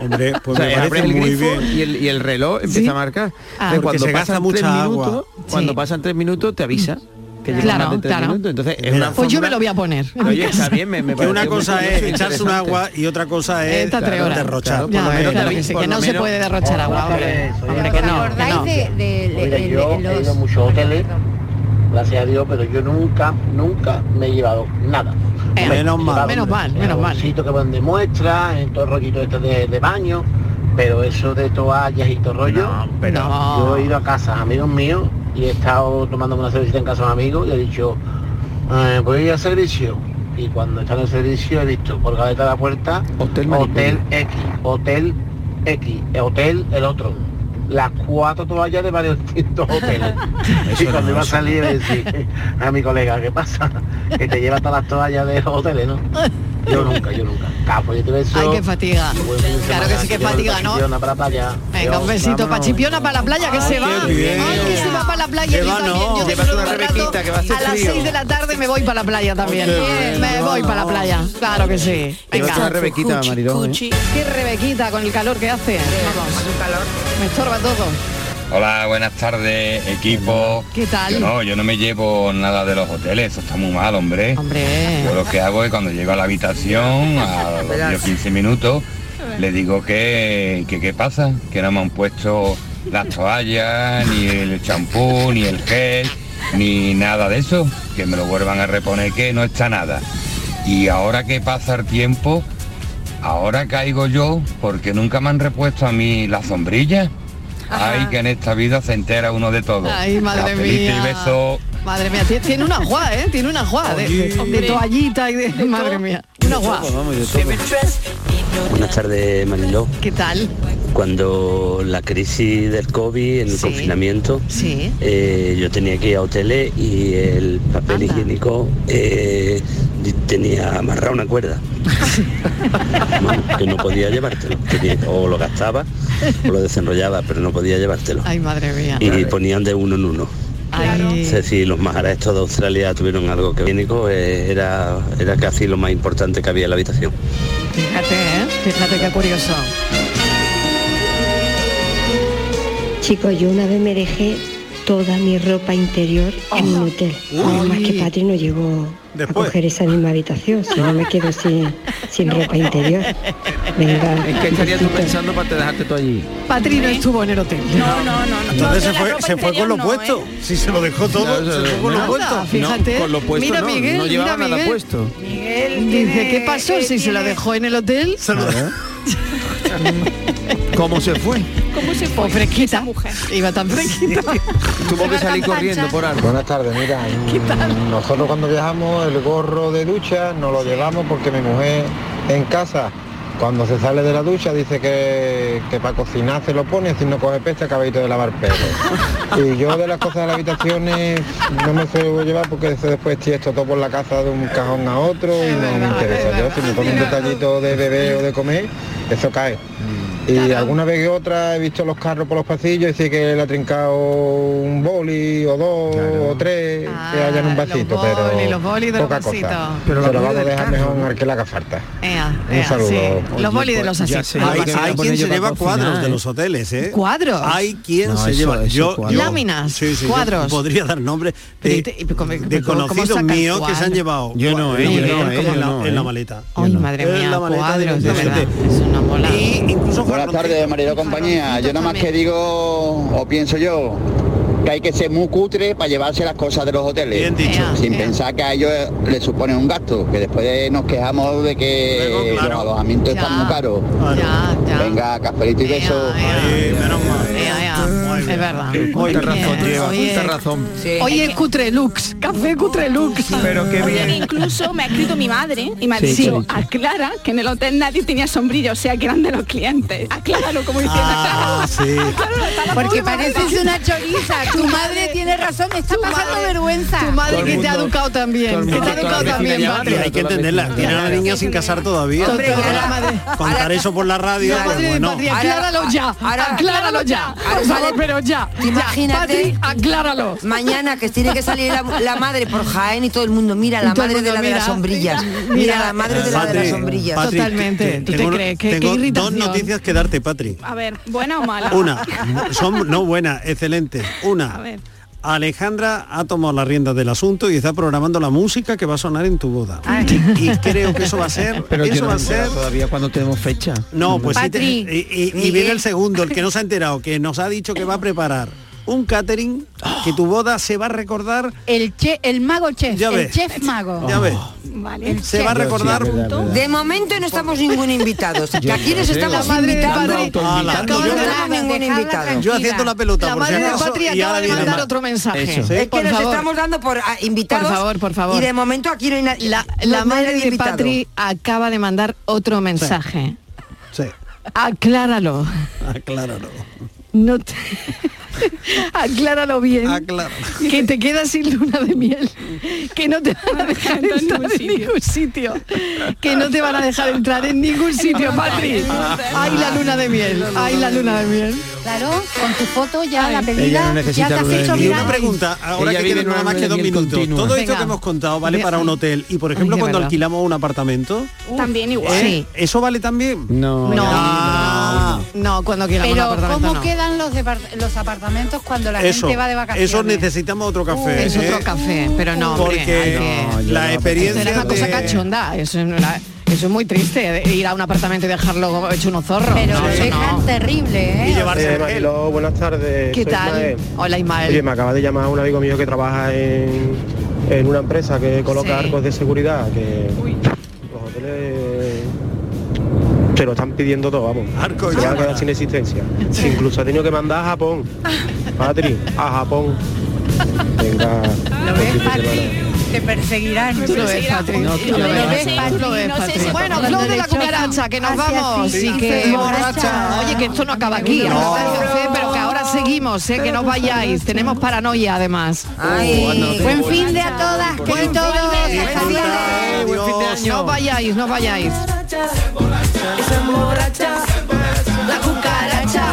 Speaker 4: Hombre, pues
Speaker 6: O sea,
Speaker 4: me parece
Speaker 6: abres el
Speaker 4: muy
Speaker 6: grifo
Speaker 4: bien.
Speaker 6: y el, y el reloj empieza
Speaker 4: Sí.
Speaker 6: a marcar.
Speaker 4: Ah.
Speaker 6: Entonces,
Speaker 4: Porque se gasta mucha agua.
Speaker 6: minutos, cuando
Speaker 4: Sí.
Speaker 6: pasan tres minutos te avisa. Que llevan
Speaker 2: Claro,
Speaker 6: más de tres
Speaker 2: claro.
Speaker 6: minutos. Entonces, es
Speaker 4: Mira.
Speaker 6: una
Speaker 2: Pues yo me
Speaker 6: fórmula-
Speaker 2: lo voy a poner. en mi
Speaker 6: Oye, está
Speaker 2: casa.
Speaker 6: bien, me, me
Speaker 4: que una
Speaker 6: pareció
Speaker 4: cosa
Speaker 6: muy
Speaker 4: es echarse un
Speaker 6: interesante.
Speaker 4: agua y otra cosa es
Speaker 2: Esta tres horas.
Speaker 4: derrochar.
Speaker 2: Ya ves, claro que sí, que no se puede derrochar agua, hombre. Hombre, que no, que no.
Speaker 5: ¿Acordáis de, de- de-
Speaker 23: Mira,
Speaker 5: de-
Speaker 23: yo
Speaker 5: de
Speaker 23: he
Speaker 5: los-
Speaker 23: ido a muchos hoteles
Speaker 6: gracias a Dios, pero yo nunca, nunca me he llevado nada.
Speaker 2: Eh, Menos mal. Menos mal, menos mal.
Speaker 6: que van de muestra, en todo el rollito este de, de baño, pero eso de toallas y todo rollo.
Speaker 2: pero-
Speaker 6: Yo he ido a casas, amigos míos, y he estado tomando una cervecita en casa de un amigo y he dicho, eh, voy a servicio. Y cuando está en el servicio he visto por gaveta de la puerta Hotel, X, Hotel X, Hotel el otro. Las cuatro toallas de varios distintos hoteles. y cuando iba a salir le decía a mi colega, ¿qué pasa? Que te lleva todas las toallas de los hoteles, ¿no? Yo nunca, yo nunca. Capo, yo te beso.
Speaker 2: Ay, qué fatiga.
Speaker 6: Buen fin de
Speaker 2: Claro que
Speaker 6: semana,
Speaker 2: sí que
Speaker 6: yo voy
Speaker 2: fatiga,
Speaker 6: para
Speaker 2: ¿no?
Speaker 6: Chipiona, para la playa.
Speaker 2: Venga, un
Speaker 6: Adiós,
Speaker 2: besito para
Speaker 6: vámonos.
Speaker 2: Chipiona, para la playa, que se va.
Speaker 6: qué bien.
Speaker 2: Ay, que se va para la playa.
Speaker 6: Que
Speaker 2: yo
Speaker 6: va,
Speaker 2: también,
Speaker 6: no.
Speaker 2: yo
Speaker 6: Llévate
Speaker 2: dentro
Speaker 6: una
Speaker 2: de un rato,
Speaker 6: rebequita, que va a hacer
Speaker 2: las
Speaker 6: frío.
Speaker 2: 6 de la tarde me voy para la playa también.
Speaker 8: Qué bien,
Speaker 2: me
Speaker 8: no,
Speaker 2: voy para la
Speaker 8: no.
Speaker 2: playa, claro que sí.
Speaker 8: Llevas
Speaker 2: Venga.
Speaker 8: una rebequita, Cuchi, Mariló, ¿eh? cuchi.
Speaker 2: Qué rebequita con el calor que hace. Vamos. Me estorba todo.
Speaker 21: Hola, buenas tardes, equipo.
Speaker 2: ¿Qué tal?
Speaker 21: Yo no, yo no me llevo nada de los hoteles, eso está muy mal, hombre.
Speaker 2: Hombre.
Speaker 21: Yo lo que hago es cuando llego a la habitación, a los 10 o 15 minutos, le digo que, que qué pasa, que no me han puesto las toallas, ni el champú, ni el gel, ni nada de eso, que me lo vuelvan a reponer, que no está nada. Y ahora que pasa el tiempo, ahora caigo yo porque nunca me han repuesto a mí la sombrilla. Ay, que en esta vida se entera uno de todo.
Speaker 2: Ay, madre
Speaker 21: Cafelito
Speaker 2: mía.
Speaker 21: y beso.
Speaker 2: Madre mía, tie- tiene una jua, ¿eh? Tiene una jua de, de- de toallita y de... madre mía. Una jua.
Speaker 22: Buenas tardes, Mariló.
Speaker 2: ¿Qué tal?
Speaker 22: Cuando la crisis del COVID, el confinamiento, eh, yo tenía que ir a hoteles y el papel higiénico eh, di- tenía amarrado una cuerda. Vamos, que no podía llevártelo. Tenía- o lo gastaba o lo desenrollaba, pero no podía llevártelo.
Speaker 2: Ay, madre mía.
Speaker 22: Y ponían de uno en uno.
Speaker 2: Ay.
Speaker 22: No sé si los majaras estos de Australia tuvieron algo que higiénico, eh, era, era casi lo más importante que había en la habitación.
Speaker 2: Fíjate, ¿eh? Fíjate qué curioso.
Speaker 15: Chicos, yo una vez me dejé toda mi ropa interior en un hotel. Además que Patri no llegó a coger esa misma habitación, si no me quedo sin, sin ropa interior. Venga.
Speaker 8: ¿En qué estarías tú pensando para te dejarte tú allí?
Speaker 2: Patri no estuvo en el hotel. No, no, no.
Speaker 4: Entonces se fue, se fue con
Speaker 2: ¿eh?
Speaker 4: lo puesto. Si se lo dejó todo,
Speaker 8: No,
Speaker 4: se
Speaker 8: no,
Speaker 4: fue con lo
Speaker 8: no.
Speaker 4: puesto.
Speaker 8: No, Fíjate. con lo puesto
Speaker 2: mira
Speaker 8: no,
Speaker 2: Miguel,
Speaker 8: no llevaba
Speaker 2: mira
Speaker 8: nada
Speaker 2: Miguel.
Speaker 8: puesto.
Speaker 2: Dice, ¿qué pasó si se lo dejó en el hotel?
Speaker 8: ¿Cómo se fue?
Speaker 2: ¿Cómo se fue? fresquita. Iba tan fresquita.
Speaker 8: Tuvo que salir corriendo por algo.
Speaker 24: Buenas tardes, mira, mm, nosotros cuando viajamos el gorro de ducha nos lo llevamos porque mi mujer en casa cuando se sale de la ducha dice que, que para cocinar se lo pone, si no coge peste acabadito de lavar pelo. Y yo de las cosas de las habitaciones no me suelo llevar porque eso después esto todo por la casa de un cajón a otro y no me interesa. Yo si me pone un detallito de bebé o de comer, eso cae. Y alguna vez que otra he visto los carros por los pasillos y sí que le ha trincado un boli o dos o tres que haya en un vasito, pero
Speaker 2: los Ah, bolis de los
Speaker 24: poca
Speaker 2: vasitos.
Speaker 24: cosa.
Speaker 2: Pero
Speaker 24: Pero
Speaker 2: la
Speaker 24: lo
Speaker 2: comida
Speaker 24: vamos a
Speaker 2: del
Speaker 24: dejar
Speaker 2: carro,
Speaker 24: mejor en que la haga falta.
Speaker 2: Ea,
Speaker 24: Un
Speaker 2: ea,
Speaker 24: saludo.
Speaker 2: sí.
Speaker 24: Oye,
Speaker 2: Los bolis de los
Speaker 24: pues ya
Speaker 2: asientos.
Speaker 24: sé.
Speaker 4: Hay,
Speaker 24: Ahora se
Speaker 4: hay
Speaker 24: la pone
Speaker 4: quien se
Speaker 24: yo para
Speaker 4: lleva
Speaker 24: cocinar,
Speaker 4: cuadros de
Speaker 24: ¿eh?
Speaker 4: los hoteles, ¿eh?
Speaker 2: ¿Cuadros?
Speaker 4: Hay quien
Speaker 2: No,
Speaker 4: se
Speaker 2: eso-
Speaker 4: lleva.
Speaker 2: eso cuadros. Láminas, cuadros.
Speaker 4: podría dar nombres de, de
Speaker 2: pero ¿cómo- cómo
Speaker 4: conocidos
Speaker 2: sacas
Speaker 4: míos que se han
Speaker 2: cuadros?
Speaker 4: llevado.
Speaker 8: Yo no, eh, yo
Speaker 4: Miguel,
Speaker 8: no, eh,
Speaker 4: como
Speaker 8: yo
Speaker 4: en la-
Speaker 8: no,
Speaker 4: en
Speaker 8: eh.
Speaker 4: la maleta.
Speaker 2: Ay, madre
Speaker 4: En
Speaker 2: mía,
Speaker 4: la maleta
Speaker 2: cuadros, de
Speaker 4: directamente.
Speaker 2: verdad. Es una bola.
Speaker 25: Buenas tardes, marido compañía. Yo nada más que digo, o pienso yo, que hay que ser muy cutre para llevarse las cosas de los hoteles. Sin pensar que a ellos les supone un gasto, que después nos quejamos de que los alojamientos están muy caros. Venga, cafelito y beso.
Speaker 2: Es verdad. Muy
Speaker 8: razón
Speaker 2: bien.
Speaker 8: lleva,
Speaker 2: Oye,
Speaker 8: tanta razón.
Speaker 2: Oye, cutre lux, café cutre lux.
Speaker 8: Pero qué
Speaker 5: Oye, que incluso me ha escrito mi madre y me ha
Speaker 2: Sí,
Speaker 5: dicho,
Speaker 2: sí.
Speaker 5: aclara que en el hotel nadie tenía sombrilla, o sea que eran de los clientes. Acláralo como diciendo.
Speaker 4: Ah, sí.
Speaker 26: Porque pareces una choriza. Tu madre tiene razón, me está pasando vergüenza. Tu
Speaker 2: madre que te ha educado también. Que te ha educado también, Patri.
Speaker 4: Hay que entenderla. Tiene una niña sin casar todavía.
Speaker 2: Hombre, claro.
Speaker 4: Contar eso por la radio.
Speaker 2: La
Speaker 4: pues,
Speaker 2: madre de
Speaker 4: bueno.
Speaker 2: Patri, acláralo ya. acláralo ya. Por favor, pero ya.
Speaker 7: ¿Te imaginas?
Speaker 2: Patri, acláralo.
Speaker 7: Mañana que tiene que salir la, la madre por Jaén y todo el mundo mira
Speaker 2: Y
Speaker 7: la
Speaker 2: todo el
Speaker 7: madre de
Speaker 2: mundo
Speaker 7: la de las
Speaker 2: mira,
Speaker 7: sombrillas.
Speaker 2: mira,
Speaker 7: Mira la madre de la de las
Speaker 4: Patri,
Speaker 7: sombrillas.
Speaker 4: Patri, eh, te- tengo- Tengo dos noticias que darte, Patri.
Speaker 5: A ver, buena o mala.
Speaker 4: Una, son no buenas, excelentes.
Speaker 5: A
Speaker 4: Una,
Speaker 5: ver.
Speaker 4: Alejandra ha tomado las riendas del asunto y está programando la música que va a sonar en tu boda. Y, y creo que eso va a ser,
Speaker 8: Pero yo
Speaker 4: eso
Speaker 8: no
Speaker 4: va
Speaker 8: me
Speaker 4: a ser.
Speaker 8: entero todavía cuando tenemos fecha.
Speaker 4: No, pues sí te-
Speaker 8: Patri,
Speaker 4: y, y- y viene el segundo, el que no se ha enterado, que nos ha dicho que va a preparar un catering que tu boda se va a recordar
Speaker 5: El, che- el mago chef,
Speaker 4: Ya
Speaker 5: el
Speaker 4: ves.
Speaker 5: chef mago.
Speaker 4: Ya ves.
Speaker 5: Vale.
Speaker 4: Se va a recordar.
Speaker 7: De momento no estamos ningún invitado. Que
Speaker 4: Ya,
Speaker 7: aquí nos
Speaker 4: sí.
Speaker 7: estamos
Speaker 4: La madre de
Speaker 7: invitando.
Speaker 4: Patri-
Speaker 7: Aquí
Speaker 4: Ala,
Speaker 7: no
Speaker 4: yo-
Speaker 7: tenemos ningún invitado.
Speaker 4: Yo haciendo la pelota,
Speaker 2: La
Speaker 4: por si
Speaker 2: madre de
Speaker 4: acaso,
Speaker 2: Patri
Speaker 4: y
Speaker 2: acaba
Speaker 4: ahora
Speaker 2: de
Speaker 4: viene
Speaker 2: mandar
Speaker 4: más.
Speaker 2: otro mensaje.
Speaker 4: Eso.
Speaker 2: Sí.
Speaker 7: Es que
Speaker 2: Por
Speaker 7: nos
Speaker 2: favor.
Speaker 7: estamos dando por ah, invitados.
Speaker 2: Por favor, por favor.
Speaker 7: Y de momento aquí no hay nadie.
Speaker 2: La, la madre de Patri acaba de mandar otro mensaje.
Speaker 4: Sí,
Speaker 2: Acláralo.
Speaker 4: acláralo.
Speaker 2: No te- Acláralo bien.
Speaker 4: Acláralo.
Speaker 2: Que te quedas sin luna de miel. Que no te van a dejar entrar Ah, en ningún sitio. Que no te van a dejar entrar en ningún sitio, Patri. Ay, la luna de miel. Ay, la luna de miel.
Speaker 1: Claro, con tu foto ya la
Speaker 4: Ella
Speaker 1: pedida, ya te has hecho
Speaker 4: Y una
Speaker 1: viral.
Speaker 4: pregunta, ahora
Speaker 6: Ella
Speaker 4: que
Speaker 6: vive
Speaker 4: quedan
Speaker 6: en
Speaker 4: nada
Speaker 6: una
Speaker 4: más que dos
Speaker 6: miel
Speaker 4: minutos.
Speaker 6: continua.
Speaker 4: Todo esto
Speaker 6: Venga.
Speaker 4: que hemos contado vale
Speaker 6: Ay.
Speaker 4: para un hotel. Y por ejemplo,
Speaker 6: qué
Speaker 4: cuando
Speaker 6: verdad.
Speaker 4: alquilamos un apartamento,
Speaker 3: También igual.
Speaker 4: ¿eh? ¿eso vale también? Ah.
Speaker 6: No.
Speaker 2: No. No, cuando quieras un
Speaker 1: Pero
Speaker 2: apartamento
Speaker 1: ¿cómo
Speaker 2: no.
Speaker 1: quedan los, depart- los apartamentos cuando la
Speaker 4: Eso,
Speaker 1: gente va de vacaciones?
Speaker 4: eso necesitamos otro café.
Speaker 2: Es
Speaker 4: ¿eh?
Speaker 2: otro café, pero no, hombre, hay
Speaker 4: Porque
Speaker 2: que-
Speaker 4: la
Speaker 2: Eso era
Speaker 4: experiencia
Speaker 2: una cosa
Speaker 4: de-
Speaker 2: cachonda, eso, no era- eso es muy triste, de ir a un apartamento y dejarlo hecho unos zorros.
Speaker 1: Pero
Speaker 2: no,
Speaker 1: lo
Speaker 2: eso no.
Speaker 1: dejan terrible, ¿eh?
Speaker 9: Eh, Mariló, buenas tardes.
Speaker 2: ¿Qué
Speaker 9: Soy
Speaker 2: tal?
Speaker 9: Ismael.
Speaker 2: Hola
Speaker 9: Oye,
Speaker 2: Ismael.
Speaker 9: me acaba de llamar un amigo mío que trabaja en, en una empresa que coloca
Speaker 2: Sí.
Speaker 9: arcos de seguridad, que los hoteles se lo están pidiendo todo, vamos.
Speaker 4: Arcos
Speaker 9: se van a quedar sin existencia. Incluso ha tenido que mandar a Japón. Patri, a Japón. Venga. buen fin de semana.
Speaker 1: Te perseguirán.
Speaker 2: Tú lo ves, Patri. tú lo ves, tú lo ves, Patri. Bueno, Club de la Cucaracha, que nos vamos. y que borracha. Oye, que esto no acaba aquí. ahora va el café, pero que ahora seguimos, eh, que no vayáis. Tenemos paranoia además.
Speaker 1: Ay, buen fin de a todas, que todos.
Speaker 2: No vayáis, no vayáis.
Speaker 8: Se emborracha, la cucaracha.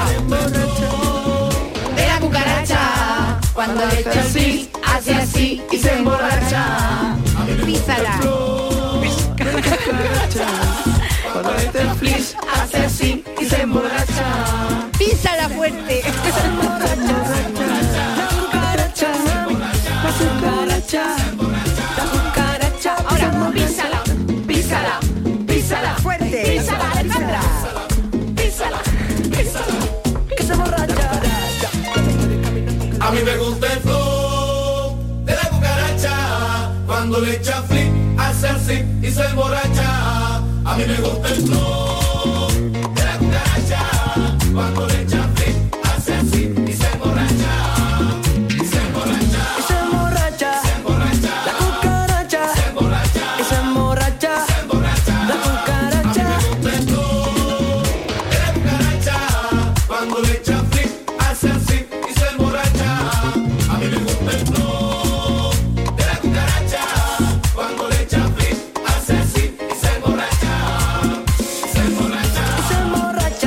Speaker 8: De la cucaracha. Cuando le echa así, hace así y se emborracha. Písala. Cuando le echa el flis, hace así y se emborracha. Písala fuerte. Se emborracha, la cucaracha. La cucaracha. La cucaracha. Ahora, písala, písala, písala. Fuerte. Písala, Alejandra. Písala, písala. Que se borracha.
Speaker 10: A mí me gusta el flow de la cucaracha. Cuando le echa flip, hace así y se emborracha. A mí me gusta el flow de la cucaracha. Cuando le echa flip, hace así y se emborracha. Y se emborracha.
Speaker 8: Y se emborracha. La cucaracha. Y se emborracha. La cucaracha.
Speaker 10: De la cucaracha. Cuando le echa flip, hace así y se emborracha. A mí me gusta el flow de la cucaracha. Cuando le echa flip, hace así y se emborracha. Se emborracha.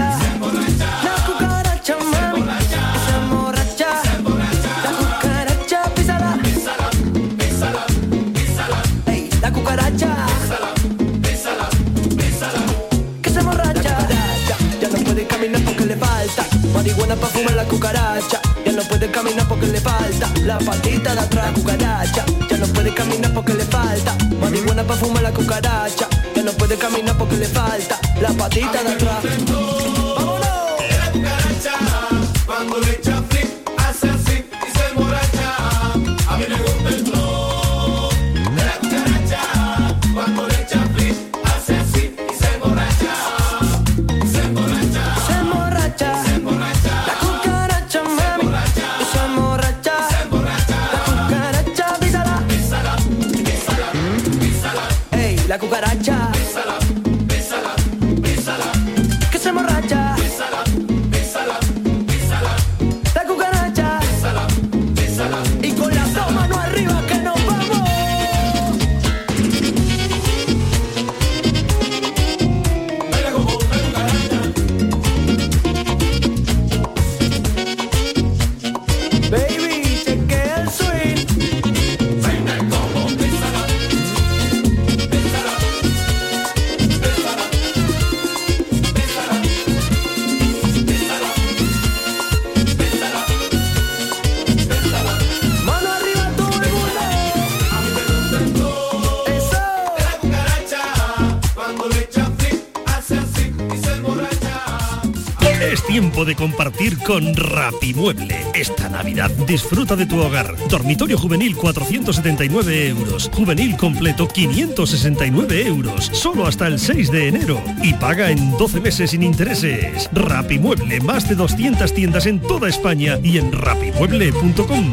Speaker 8: Y se emborracha. La cucaracha, mami. Y se emborracha. La cucaracha, písala. Ey, La cucaracha. Que se emborracha. Ya no puede caminar porque le falta marihuana para fumar la cucaracha. Ya no puede caminar porque le falta la patita de atrás cucaracha. Ya no puede caminar porque le falta marihuana para fumar la cucaracha. Ya no puede caminar porque le falta la patita de atrás.
Speaker 10: De la cucaracha, cuando le echa flip, hace así y se emborracha. A mí me gusta el flow. De la cucaracha, cuando le echa flip, hace así y se emborracha. Se emborracha.
Speaker 8: Se emborracha. La cucaracha, mami. Y se emborracha. La cucaracha, písala. Ey, la cucaracha. Que se
Speaker 17: tiempo de compartir con Rapimueble. Esta Navidad disfruta de tu hogar. Dormitorio juvenil 479 euros. Juvenil completo 569 euros. Solo hasta el 6 de enero. Y paga en 12 meses sin intereses. Rapimueble, más de 200 tiendas en toda España y en rapimueble.com.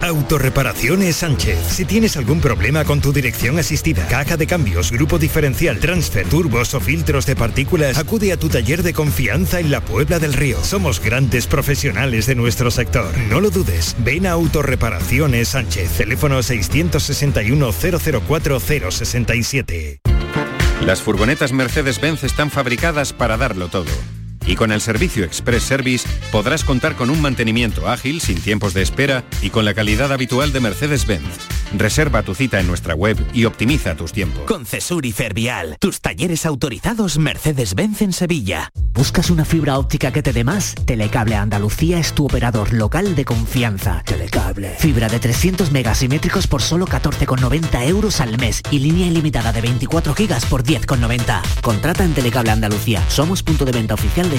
Speaker 13: Autorreparaciones Sánchez. Si tienes algún problema con tu dirección asistida, caja de cambios, grupo diferencial, transfer, turbos o filtros de partículas, acude a tu taller de confianza en la Puebla del Río. Somos grandes profesionales de nuestro sector. No lo dudes. Ven a Autorreparaciones Sánchez. Teléfono 661 004 067.
Speaker 21: Las furgonetas Mercedes-Benz están fabricadas para darlo todo. Y con el servicio Express Service podrás contar con un mantenimiento ágil, sin tiempos de espera y con la calidad habitual de Mercedes-Benz. Reserva tu cita en nuestra web y optimiza tus tiempos.
Speaker 3: Con Cesur y Fervial, tus talleres autorizados Mercedes-Benz en Sevilla. ¿Buscas una fibra óptica que te dé más? Telecable Andalucía es tu operador local de confianza. Telecable. Fibra de 300 megasimétricos por solo 14,90 euros al mes y línea ilimitada de 24 gigas por 10,90. Contrata en Telecable Andalucía. Somos punto de venta oficial de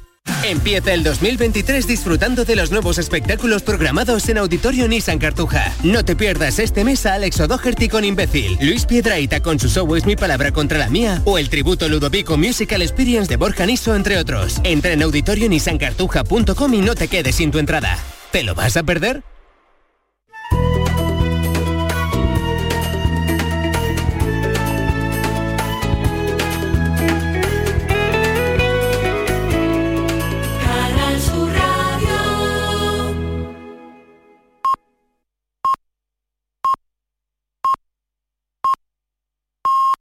Speaker 6: Empieza el 2023 disfrutando de los nuevos espectáculos programados en Auditorio Nissan Cartuja. No te pierdas este mes a Alex O'Doherty con Imbécil, Luis Piedraita con su show Es mi palabra contra la mía o el tributo Ludovico Musical Experience de Borja Niso, entre otros. Entra en auditorionissancartuja.com y no te quedes sin tu entrada. ¿Te lo vas a perder?